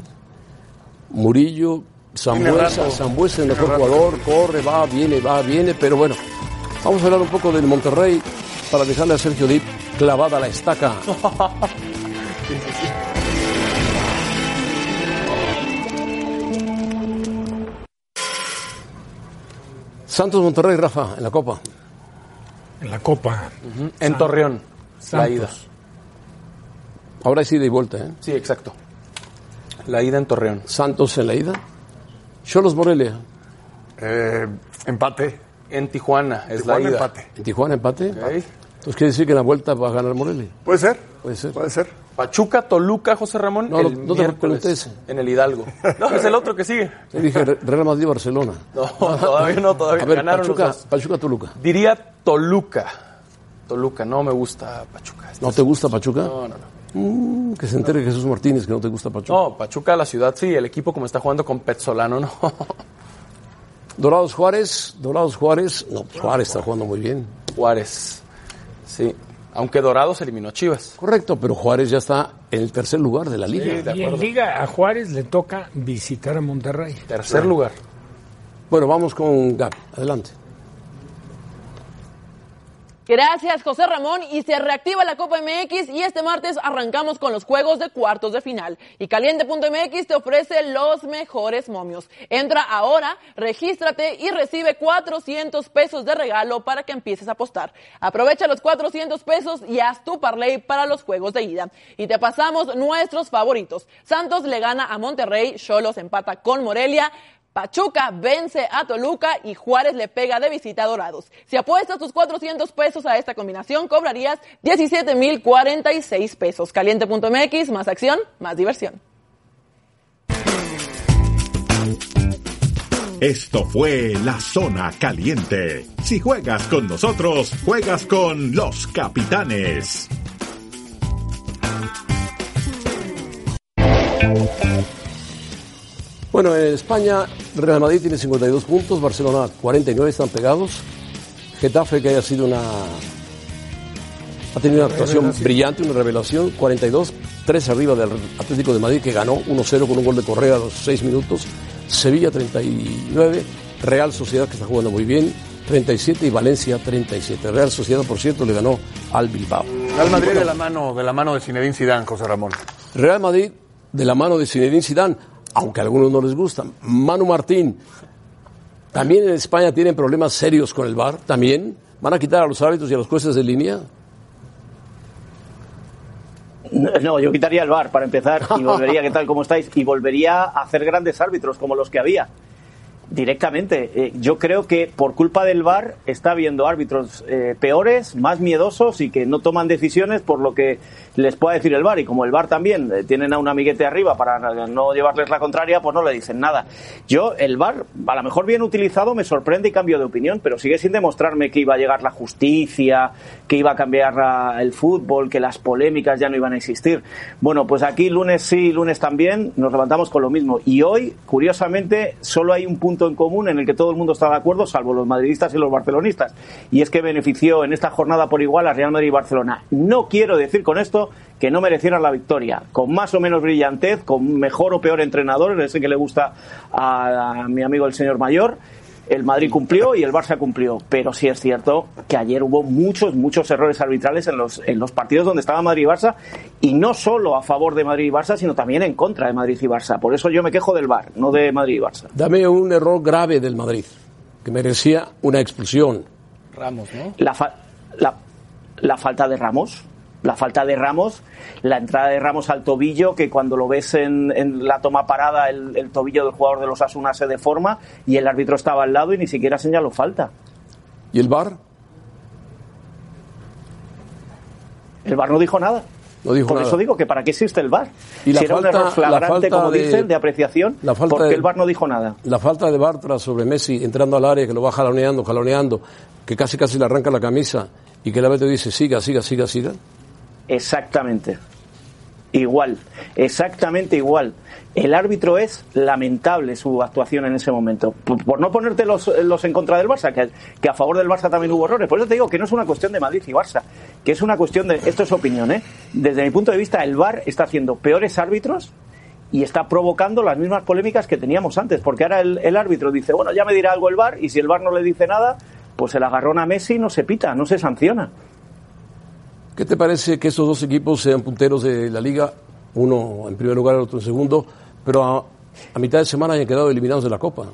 S2: Murillo, Zambuesa, Zambuesa el mejor jugador, corre, va, viene, va, viene, pero bueno, vamos a hablar un poco del Monterrey para dejarle a Sergio Dip clavada la estaca. Santos Monterrey, Rafa, en la Copa.
S3: En la Copa.
S4: En Torreón, la
S3: Santos.
S4: ida.
S2: Ahora es ida y vuelta, ¿eh?
S4: Sí, exacto. La ida en Torreón.
S2: Santos en la ida. Cholos Morelia.
S5: Eh, empate.
S4: En Tijuana es
S5: Tijuana,
S4: la ida.
S5: empate.
S2: En Tijuana empate.
S4: Ok.
S2: Entonces quiere decir que en la vuelta va a ganar Morelia.
S5: ¿Puede ser?
S2: Puede ser.
S5: Puede ser.
S4: Pachuca, Toluca, José Ramón.
S2: No,
S4: el
S2: no- no te
S4: miércoles
S2: pregunté ese.
S4: En el Hidalgo. No, es el otro que sigue.
S2: Te dije Re- Real Madrid Barcelona.
S4: No, todavía no, todavía
S2: A ver,
S4: ganaron
S2: Pachuca,
S4: los dos.
S2: Pachuca Toluca.
S4: Diría Toluca. Toluca, no me gusta Pachuca.
S2: ¿No te gusta Pachuca?
S4: No, no, no.
S2: Mm, que se entere Jesús Martínez que no te gusta Pachuca.
S4: No, Pachuca, la ciudad sí, el equipo como está jugando con Petzolano, no.
S2: Dorados Juárez, Dorados Juárez. No, pues Juárez está jugando muy bien.
S4: Juárez. Sí. Aunque Dorados eliminó a Chivas.
S2: Correcto, pero Juárez ya está en el tercer lugar de la liga.
S3: Y en Liga a Juárez le toca visitar a Monterrey.
S4: Tercer lugar.
S2: Bueno, vamos con Gaby. Adelante.
S9: Gracias, José Ramón. Y se reactiva la Copa MX y este martes arrancamos con los juegos de cuartos de final. Y Caliente.mx te ofrece los mejores momios. Entra ahora, regístrate y recibe 400 pesos de regalo para que empieces a apostar. Aprovecha los 400 pesos y haz tu parlay para los juegos de ida. Y te pasamos nuestros favoritos. Santos le gana a Monterrey, Cholos empata con Morelia. Pachuca vence a Toluca y Juárez le pega de visita a Dorados. Si apuestas tus 400 pesos a esta combinación, cobrarías 17,046 pesos. Caliente.mx, más acción, más diversión.
S10: Esto fue La Zona Caliente. Si juegas con nosotros, juegas con los capitanes.
S2: Bueno, en España, Real Madrid tiene 52 puntos, Barcelona 49, están pegados. Getafe, que haya sido una. Ha tenido una actuación brillante, una revelación, 42, 3 arriba del Atlético de Madrid, que ganó 1-0 con un gol de Correa a los 6 minutos. Sevilla 39, Real Sociedad, que está jugando muy bien, 37 y Valencia 37. Real Sociedad, por cierto, le ganó al Bilbao.
S5: Real Madrid de la mano de la mano de Zinedine Zidane, José Ramón.
S2: Real Madrid de la mano de Zinedine Zidane, aunque a algunos no les gustan. Manu Martín. También en España tienen problemas serios con el VAR, también. ¿Van a quitar a los árbitros y a los jueces de línea?
S11: No, yo quitaría el bar para empezar y volvería, ¿qué tal? ¿Cómo estáis? Y volvería a hacer grandes árbitros como los que había. Directamente. Eh, yo creo que por culpa del bar está habiendo árbitros eh, peores, más miedosos y que no toman decisiones por lo que les pueda decir el bar. Y como el bar también eh, tienen a un amiguete arriba para no llevarles la contraria, pues no le dicen nada. Yo, el bar, a lo mejor bien utilizado, me sorprende y cambio de opinión, pero sigue sin demostrarme que iba a llegar la justicia, que iba a cambiar la- el fútbol, que las polémicas ya no iban a existir. Bueno, pues aquí lunes sí, lunes también, nos levantamos con lo mismo. Y hoy, curiosamente, solo hay un punto en común en el que todo el mundo está de acuerdo, salvo los madridistas y los barcelonistas. Y es que benefició en esta jornada por igual a Real Madrid y Barcelona. No quiero decir con esto que no merecieran la victoria, con más o menos brillantez, con mejor o peor entrenador, ese que le gusta a, a mi amigo el señor mayor, El Madrid cumplió y el Barça cumplió. Pero sí es cierto que ayer hubo muchos, muchos errores arbitrales en los, en los partidos donde estaba Madrid y Barça. Y no solo a favor de Madrid y Barça, sino también en contra de Madrid y Barça. Por eso yo me quejo del VAR, no de Madrid y Barça.
S2: Dame un error grave del Madrid, que merecía una expulsión.
S11: Ramos, ¿no? La, fa- la, la falta de Ramos. La falta de Ramos, la entrada de Ramos al tobillo, que cuando lo ves en, en la toma parada, el, el tobillo del jugador de los Asuna se deforma y el árbitro estaba al lado y ni siquiera señaló falta.
S2: ¿Y el VAR?
S11: El VAR no dijo nada.
S2: No dijo
S11: Por
S2: nada.
S11: eso digo que para qué existe el VAR.
S2: Y la
S11: si era un
S2: falta-
S11: error
S2: la
S11: flagrante,
S2: falta
S11: como
S2: de-
S11: dicen, de apreciación,
S2: la falta
S11: porque
S2: de-
S11: el VAR no dijo nada.
S2: La falta de Bartra sobre Messi entrando al área, que lo va jaloneando, jaloneando, que casi casi le arranca la camisa y que el árbitro dice siga, siga, siga, siga.
S11: Exactamente. Igual, exactamente igual. El árbitro es lamentable su actuación en ese momento. Por, por no ponerte los, los en contra del Barça, que, que a favor del Barça también hubo errores. Por eso te digo que no es una cuestión de Madrid y Barça, que es una cuestión de. Esto es opinión, ¿eh? Desde mi punto de vista, el VAR está haciendo peores árbitros y está provocando las mismas polémicas que teníamos antes. Porque ahora el, el árbitro dice, bueno, ya me dirá algo el VAR, y si el VAR no le dice nada, pues el agarrón a Messi no se pita, no se sanciona.
S2: ¿Qué te parece que estos dos equipos sean punteros de la liga? Uno en primer lugar, el otro en segundo, pero a, a mitad de semana hayan quedado eliminados de la Copa.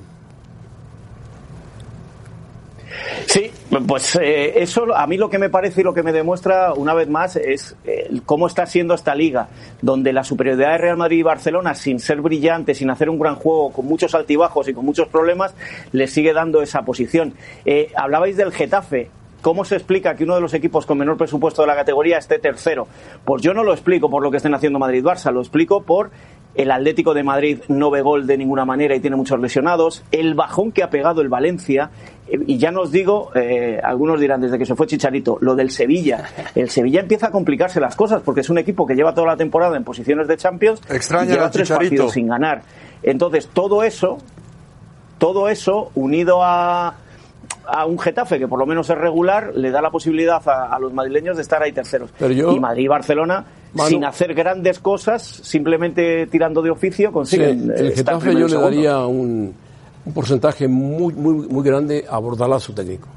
S11: Sí, pues eh, eso a mí lo que me parece y lo que me demuestra una vez más es eh, cómo está siendo esta liga, donde la superioridad de Real Madrid y Barcelona, sin ser brillante, sin hacer un gran juego, con muchos altibajos y con muchos problemas, le sigue dando esa posición. Eh, hablabais del Getafe. ¿Cómo se explica que uno de los equipos con menor presupuesto de la categoría esté tercero? Pues yo no lo explico por lo que estén haciendo Madrid-Barça, lo explico por el Atlético de Madrid no ve gol de ninguna manera y tiene muchos lesionados. El bajón que ha pegado el Valencia. eh, Y ya nos digo, eh, algunos dirán desde que se fue Chicharito, lo del Sevilla. El Sevilla empieza a complicarse las cosas porque es un equipo que lleva toda la temporada en posiciones de Champions.
S5: Extraña
S11: y lleva
S5: al
S11: tres
S5: Chicharito.
S11: partidos sin ganar. Entonces, todo eso, todo eso unido a, a un Getafe que por lo menos es regular, le da la posibilidad a, a los madrileños de estar ahí terceros.
S2: Pero yo-
S11: y Madrid y Barcelona,
S2: Manu-
S11: sin hacer grandes cosas, simplemente tirando de oficio,
S2: Sí,
S11: consiguen. eh,
S2: el
S11: estar
S2: Getafe
S11: primero y
S2: yo le
S11: segundo.
S2: daría un, un porcentaje muy, muy, muy grande a Bordalazo técnico.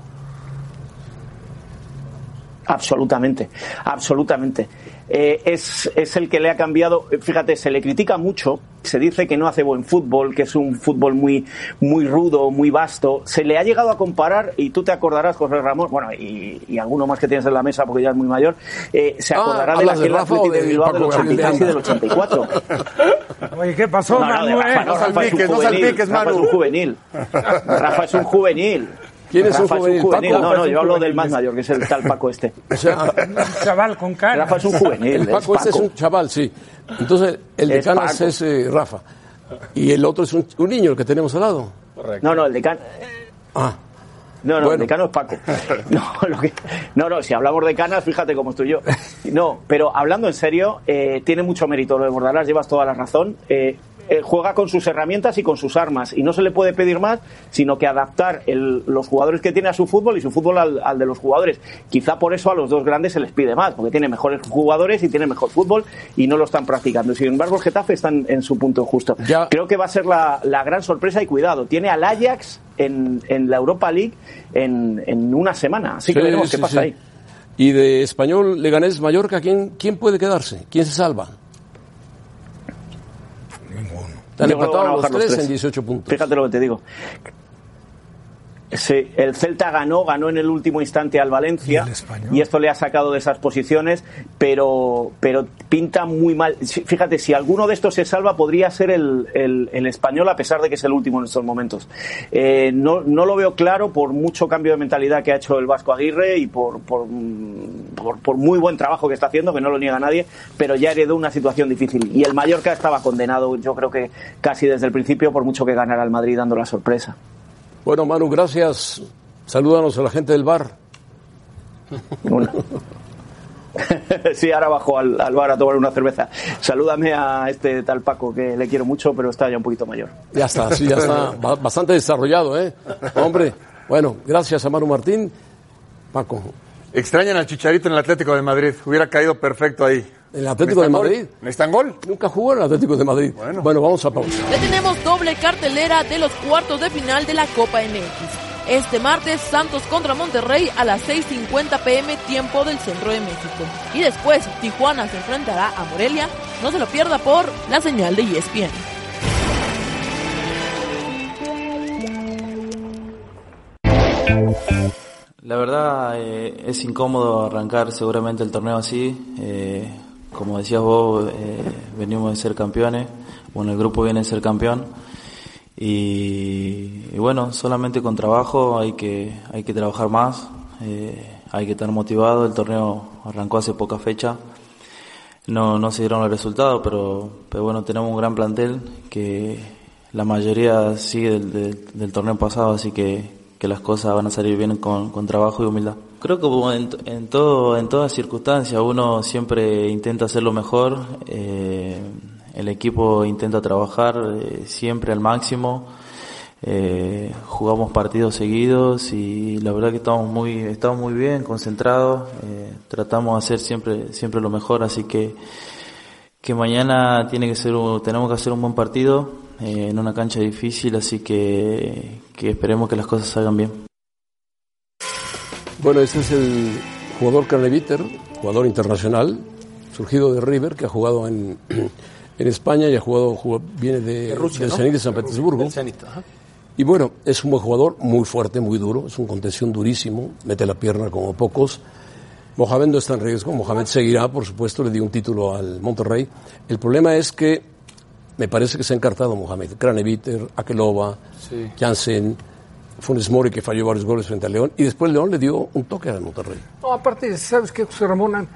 S11: Absolutamente, absolutamente. Eh, es, es el que le ha cambiado, fíjate, se le critica mucho, se dice que no hace buen fútbol, que es un fútbol muy, muy rudo, muy vasto, se le ha llegado a comparar, y tú te acordarás, José Ramón, bueno, y, y alguno más que tienes en la mesa porque ya es muy mayor, eh, se
S2: Ah,
S11: acordará de
S2: ¿hablas
S11: aquel
S2: de Rafa o
S11: Atleti de
S2: de
S11: Bilbao del
S2: Paco
S11: 83 y del
S2: Gabriel?
S11: 84.
S3: Oye, ¿qué pasó,
S11: No, no, de
S3: Manu,
S11: Rafa,
S3: eh?
S11: no, Rafa es un
S5: salpiques, no
S11: juvenil,
S5: salpiques,
S11: Rafa es
S5: Manu.
S11: un juvenil. Rafa es un juvenil.
S2: ¿Quién es un
S11: Rafa
S2: juvenil?
S11: No,
S2: Paco, Rafa
S11: no,
S2: es un
S11: yo hablo del
S2: juvenil.
S11: más mayor, que es el tal Paco este.
S2: O sea,
S3: Un chaval con cara.
S11: Rafa es un juvenil.
S2: el
S11: es
S2: Paco ese es
S11: Paco.
S2: un chaval, sí. Entonces, el de
S11: Es
S2: Canas
S11: Paco.
S2: es eh, Rafa. Y el otro es un, un niño, el que tenemos al lado.
S11: No, no, el decano.
S2: Ah.
S11: No, no, el
S2: Bueno.
S11: decano es Paco. No, lo que- no, no, si hablamos de canas, fíjate cómo estoy yo. No, pero hablando en serio, eh, tiene mucho mérito lo de Bordalás, llevas toda la razón. Eh, eh, juega con sus herramientas y con sus armas. Y no se le puede pedir más, sino que adaptar el- los jugadores que tiene a su fútbol y su fútbol al, al de los jugadores. Quizá por eso a los dos grandes se les pide más, porque tiene mejores jugadores y tiene mejor fútbol y no lo están practicando. Sin embargo, el Getafe está en, en su punto justo.
S2: Ya.
S11: Creo que va a ser la, la gran sorpresa y cuidado. Tiene al Ajax en, en la Europa League en, en una semana. Así que
S2: Sí,
S11: veremos qué
S2: sí,
S11: pasa
S2: sí.
S11: ahí.
S2: Y de español, Leganés, Mallorca, ¿quién, ¿quién puede quedarse? ¿Quién se salva? Están
S11: Yo creo que van a
S2: empatados los
S11: bajar los
S2: tres,
S11: tres.
S2: en 18 puntos.
S11: Fíjate lo que te digo. Sí, el Celta ganó, ganó en el último instante al Valencia
S3: ¿Y el Español?
S11: y esto le ha sacado de esas posiciones, pero, pero pinta muy mal. Sí, Fíjate, si alguno de estos se salva, podría ser el, el- el español, a pesar de que es el último en estos momentos. Eh, no, no lo veo claro por mucho cambio de mentalidad que ha hecho el Vasco Aguirre y por, por, mm, por- por muy buen trabajo que está haciendo, que no lo niega nadie, pero ya heredó una situación difícil. Y el Mallorca estaba condenado, yo creo que casi desde el principio, por mucho que ganara al Madrid dando la sorpresa.
S2: Bueno, Manu, gracias. Salúdanos a la gente del bar.
S11: Una. Sí, ahora bajo al, al bar a tomar una cerveza. Salúdame a este tal Paco que le quiero mucho, pero está ya un poquito mayor.
S2: Ya está, sí, ya está. Ba- Bastante desarrollado, ¿eh? Hombre, bueno, gracias a Manu Martín. Paco,
S5: Extrañan al Chicharito en el Atlético de Madrid. Hubiera caído perfecto ahí.
S2: El Atlético de
S5: Necesitan gol.
S2: Madrid.
S5: Necesitan gol.
S2: Nunca jugó en el Atlético de Madrid. Bueno, vamos a pausa.
S9: Ya tenemos doble cartelera de los cuartos de final de la Copa MX. Este martes, Santos contra Monterrey a las 6.50 pm, tiempo del centro de México. Y después, Tijuana se enfrentará a Morelia. No se lo pierda por la señal de ESPN.
S12: La verdad eh, es incómodo arrancar seguramente el torneo así. eh, como decías vos, eh, venimos de ser campeones. Bueno, el grupo viene de ser campeón. Y, y bueno, solamente con trabajo hay que, hay que trabajar más, eh, hay que estar motivado. El torneo arrancó hace poca fecha. No, no se dieron los resultados, pero, pero bueno, tenemos un gran plantel que la mayoría sigue del, del- del torneo pasado, así que, que las cosas van a salir bien con, con trabajo y humildad. Creo que como en, t- en todo, en todas circunstancias uno siempre intenta hacer lo mejor, eh, el equipo intenta trabajar eh, siempre al máximo, eh, jugamos partidos seguidos y la verdad que estamos muy, estamos muy bien, concentrados, eh, tratamos de hacer siempre, siempre lo mejor, así que que mañana tiene que ser un- tenemos que hacer un buen partido eh, en una cancha difícil, así que, que esperemos que las cosas salgan bien.
S2: Bueno, este es el jugador Carleviter, jugador internacional, surgido de River, que ha jugado en, en España y ha jugado, jugó- viene de,
S4: Rusia,
S2: del
S4: ¿no?
S2: Zenit de San Petersburgo.
S4: Del Zenit, ajá.
S2: Y bueno, es un buen jugador, muy fuerte, muy duro, es un contención durísimo, mete la pierna como pocos. Mohamed no está en riesgo, Mohamed seguirá, por supuesto, le dio un título al Monterrey. El problema es que me parece que se ha encartado Mohamed. Craneviter, Akelova,
S4: Sí.
S2: Jansen, Funes Mori, que falló varios goles frente a León, y después León le dio un toque al Monterrey.
S3: No, aparte, ¿sabes qué, José Ramón?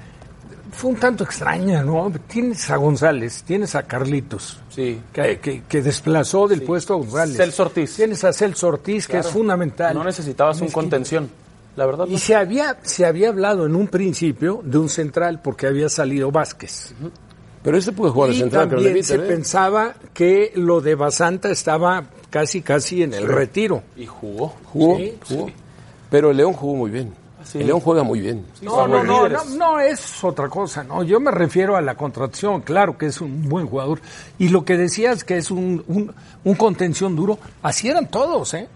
S3: Fue un tanto extraña, ¿no? Tienes a González, tienes a Carlitos,
S4: Sí.
S3: que, que- que desplazó del puesto a González.
S4: Celso Ortiz.
S3: Tienes a Celso Ortiz, que es
S4: Claro.
S3: fundamental.
S4: No necesitabas un
S3: Es que-
S4: contención, la verdad.
S3: Y se había, se había hablado en un principio de un central porque había salido Vázquez.
S2: Pero este puede jugar de
S3: y
S2: central, pero
S3: también
S2: le ¿eh?
S3: se pensaba que lo de Basanta estaba casi, casi en el retiro.
S4: Y jugó.
S2: Jugó,
S3: Sí,
S2: jugó. Pero el León jugó muy bien. El León juega muy bien.
S3: No, no, no, no, no, es otra cosa, no. Yo me refiero a la contratación, claro que es un buen jugador. Y lo que decías que es un, un, un contención duro, así eran todos, ¿eh?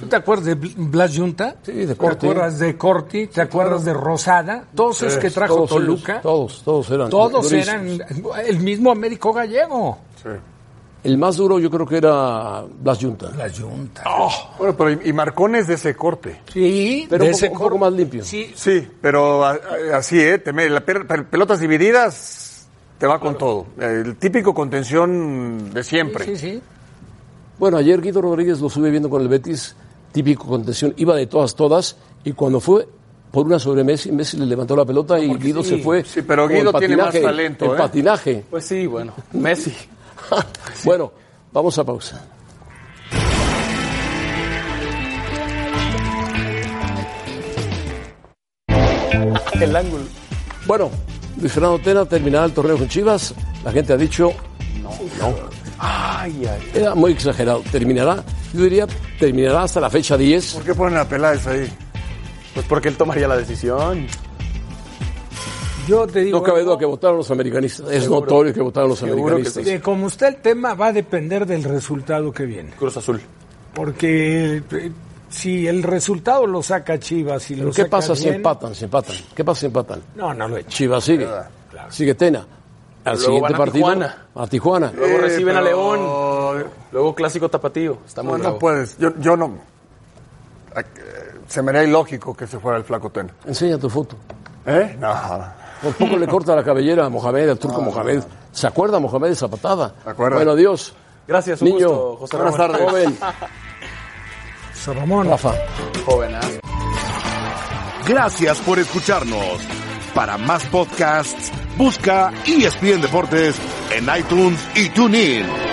S3: ¿Tú te acuerdas de Bl- Blas Junta? Sí,
S2: de
S3: ¿Te
S2: Corti.
S3: acuerdas de Corti? ¿Te acuerdas de Rosada? Todos esos que trajo
S2: Todos ellos,
S3: Toluca,
S2: todos, todos eran.
S3: todos
S2: durísimos.
S3: eran el mismo Américo Gallego.
S2: El más duro yo creo que era Blas Junta.
S3: Blas Junta.
S5: Bueno, pero y, y Marcones de ese corte.
S3: Oh, Sí,
S2: Pero un poco- un poco más limpio.
S3: Sí,
S5: Sí, pero a- a- así, ¿eh? Te me- la per- per- pelotas divididas te va con todo. El típico contención de siempre.
S3: sí, sí.
S2: Bueno, ayer Guido Rodríguez lo sube viendo con el Betis, típico contención, iba de todas, todas, y cuando fue por una sobre Messi, Messi le levantó la pelota y Guido se fue.
S5: sí, pero
S2: como
S5: Guido
S2: en
S5: tiene más
S2: patinaje,
S5: talento,
S2: en
S5: ¿eh?
S2: patinaje.
S4: Pues sí, bueno. Messi.
S2: Bueno, vamos a pausa.
S4: El ángulo.
S2: Bueno, Luis Fernando Tena terminará el torneo con Chivas. La gente ha dicho, no, no.
S4: Ay, ay.
S2: Era muy exagerado. Terminará, yo diría, terminará hasta la fecha 10.
S5: ¿Por qué ponen a Peláez ahí?
S4: Pues porque él tomaría la decisión.
S3: Yo te digo.
S2: No cabe duda
S3: algo.
S2: que votaron los americanistas. Es notorio que votaron los americanistas.
S3: De cómo está Eh, el tema va a depender del resultado que viene.
S4: Cruz Azul.
S3: Porque eh, si el resultado lo saca Chivas y lo
S2: Pero ¿qué
S3: saca
S2: pasa si
S3: bien-
S2: empatan? Si empatan. ¿Qué pasa si empatan?
S3: No, no lo echa.
S2: Chivas sigue. Sigue Tena. Al
S4: Luego
S2: siguiente
S4: van a
S2: partido.
S4: Tijuana.
S2: A Tijuana.
S4: Luego reciben a
S5: pero-
S4: León. Luego clásico tapatío. Está muy
S5: No, no
S4: bravo.
S5: puedes. Yo, yo no. a- eh, Se me haría ilógico que se fuera el flaco Tena.
S2: Enseña tu foto.
S5: ¿Eh? No.
S2: Por poco le corta la cabellera a Mohamed, al
S4: Ah,
S2: turco Mohamed. ¿Se acuerda Mohamed de Zapatada?
S5: ¿Se acuerda?
S2: Bueno, adiós.
S4: Gracias, un
S2: Niño.
S4: gusto, José
S5: Buenas
S4: Ramón.
S5: tardes.
S2: Joven,
S3: Ramón.
S2: Rafa.
S4: Jovenazo.
S1: Gracias por escucharnos. Para más podcasts, busca ESPN Deportes en iTunes y TuneIn.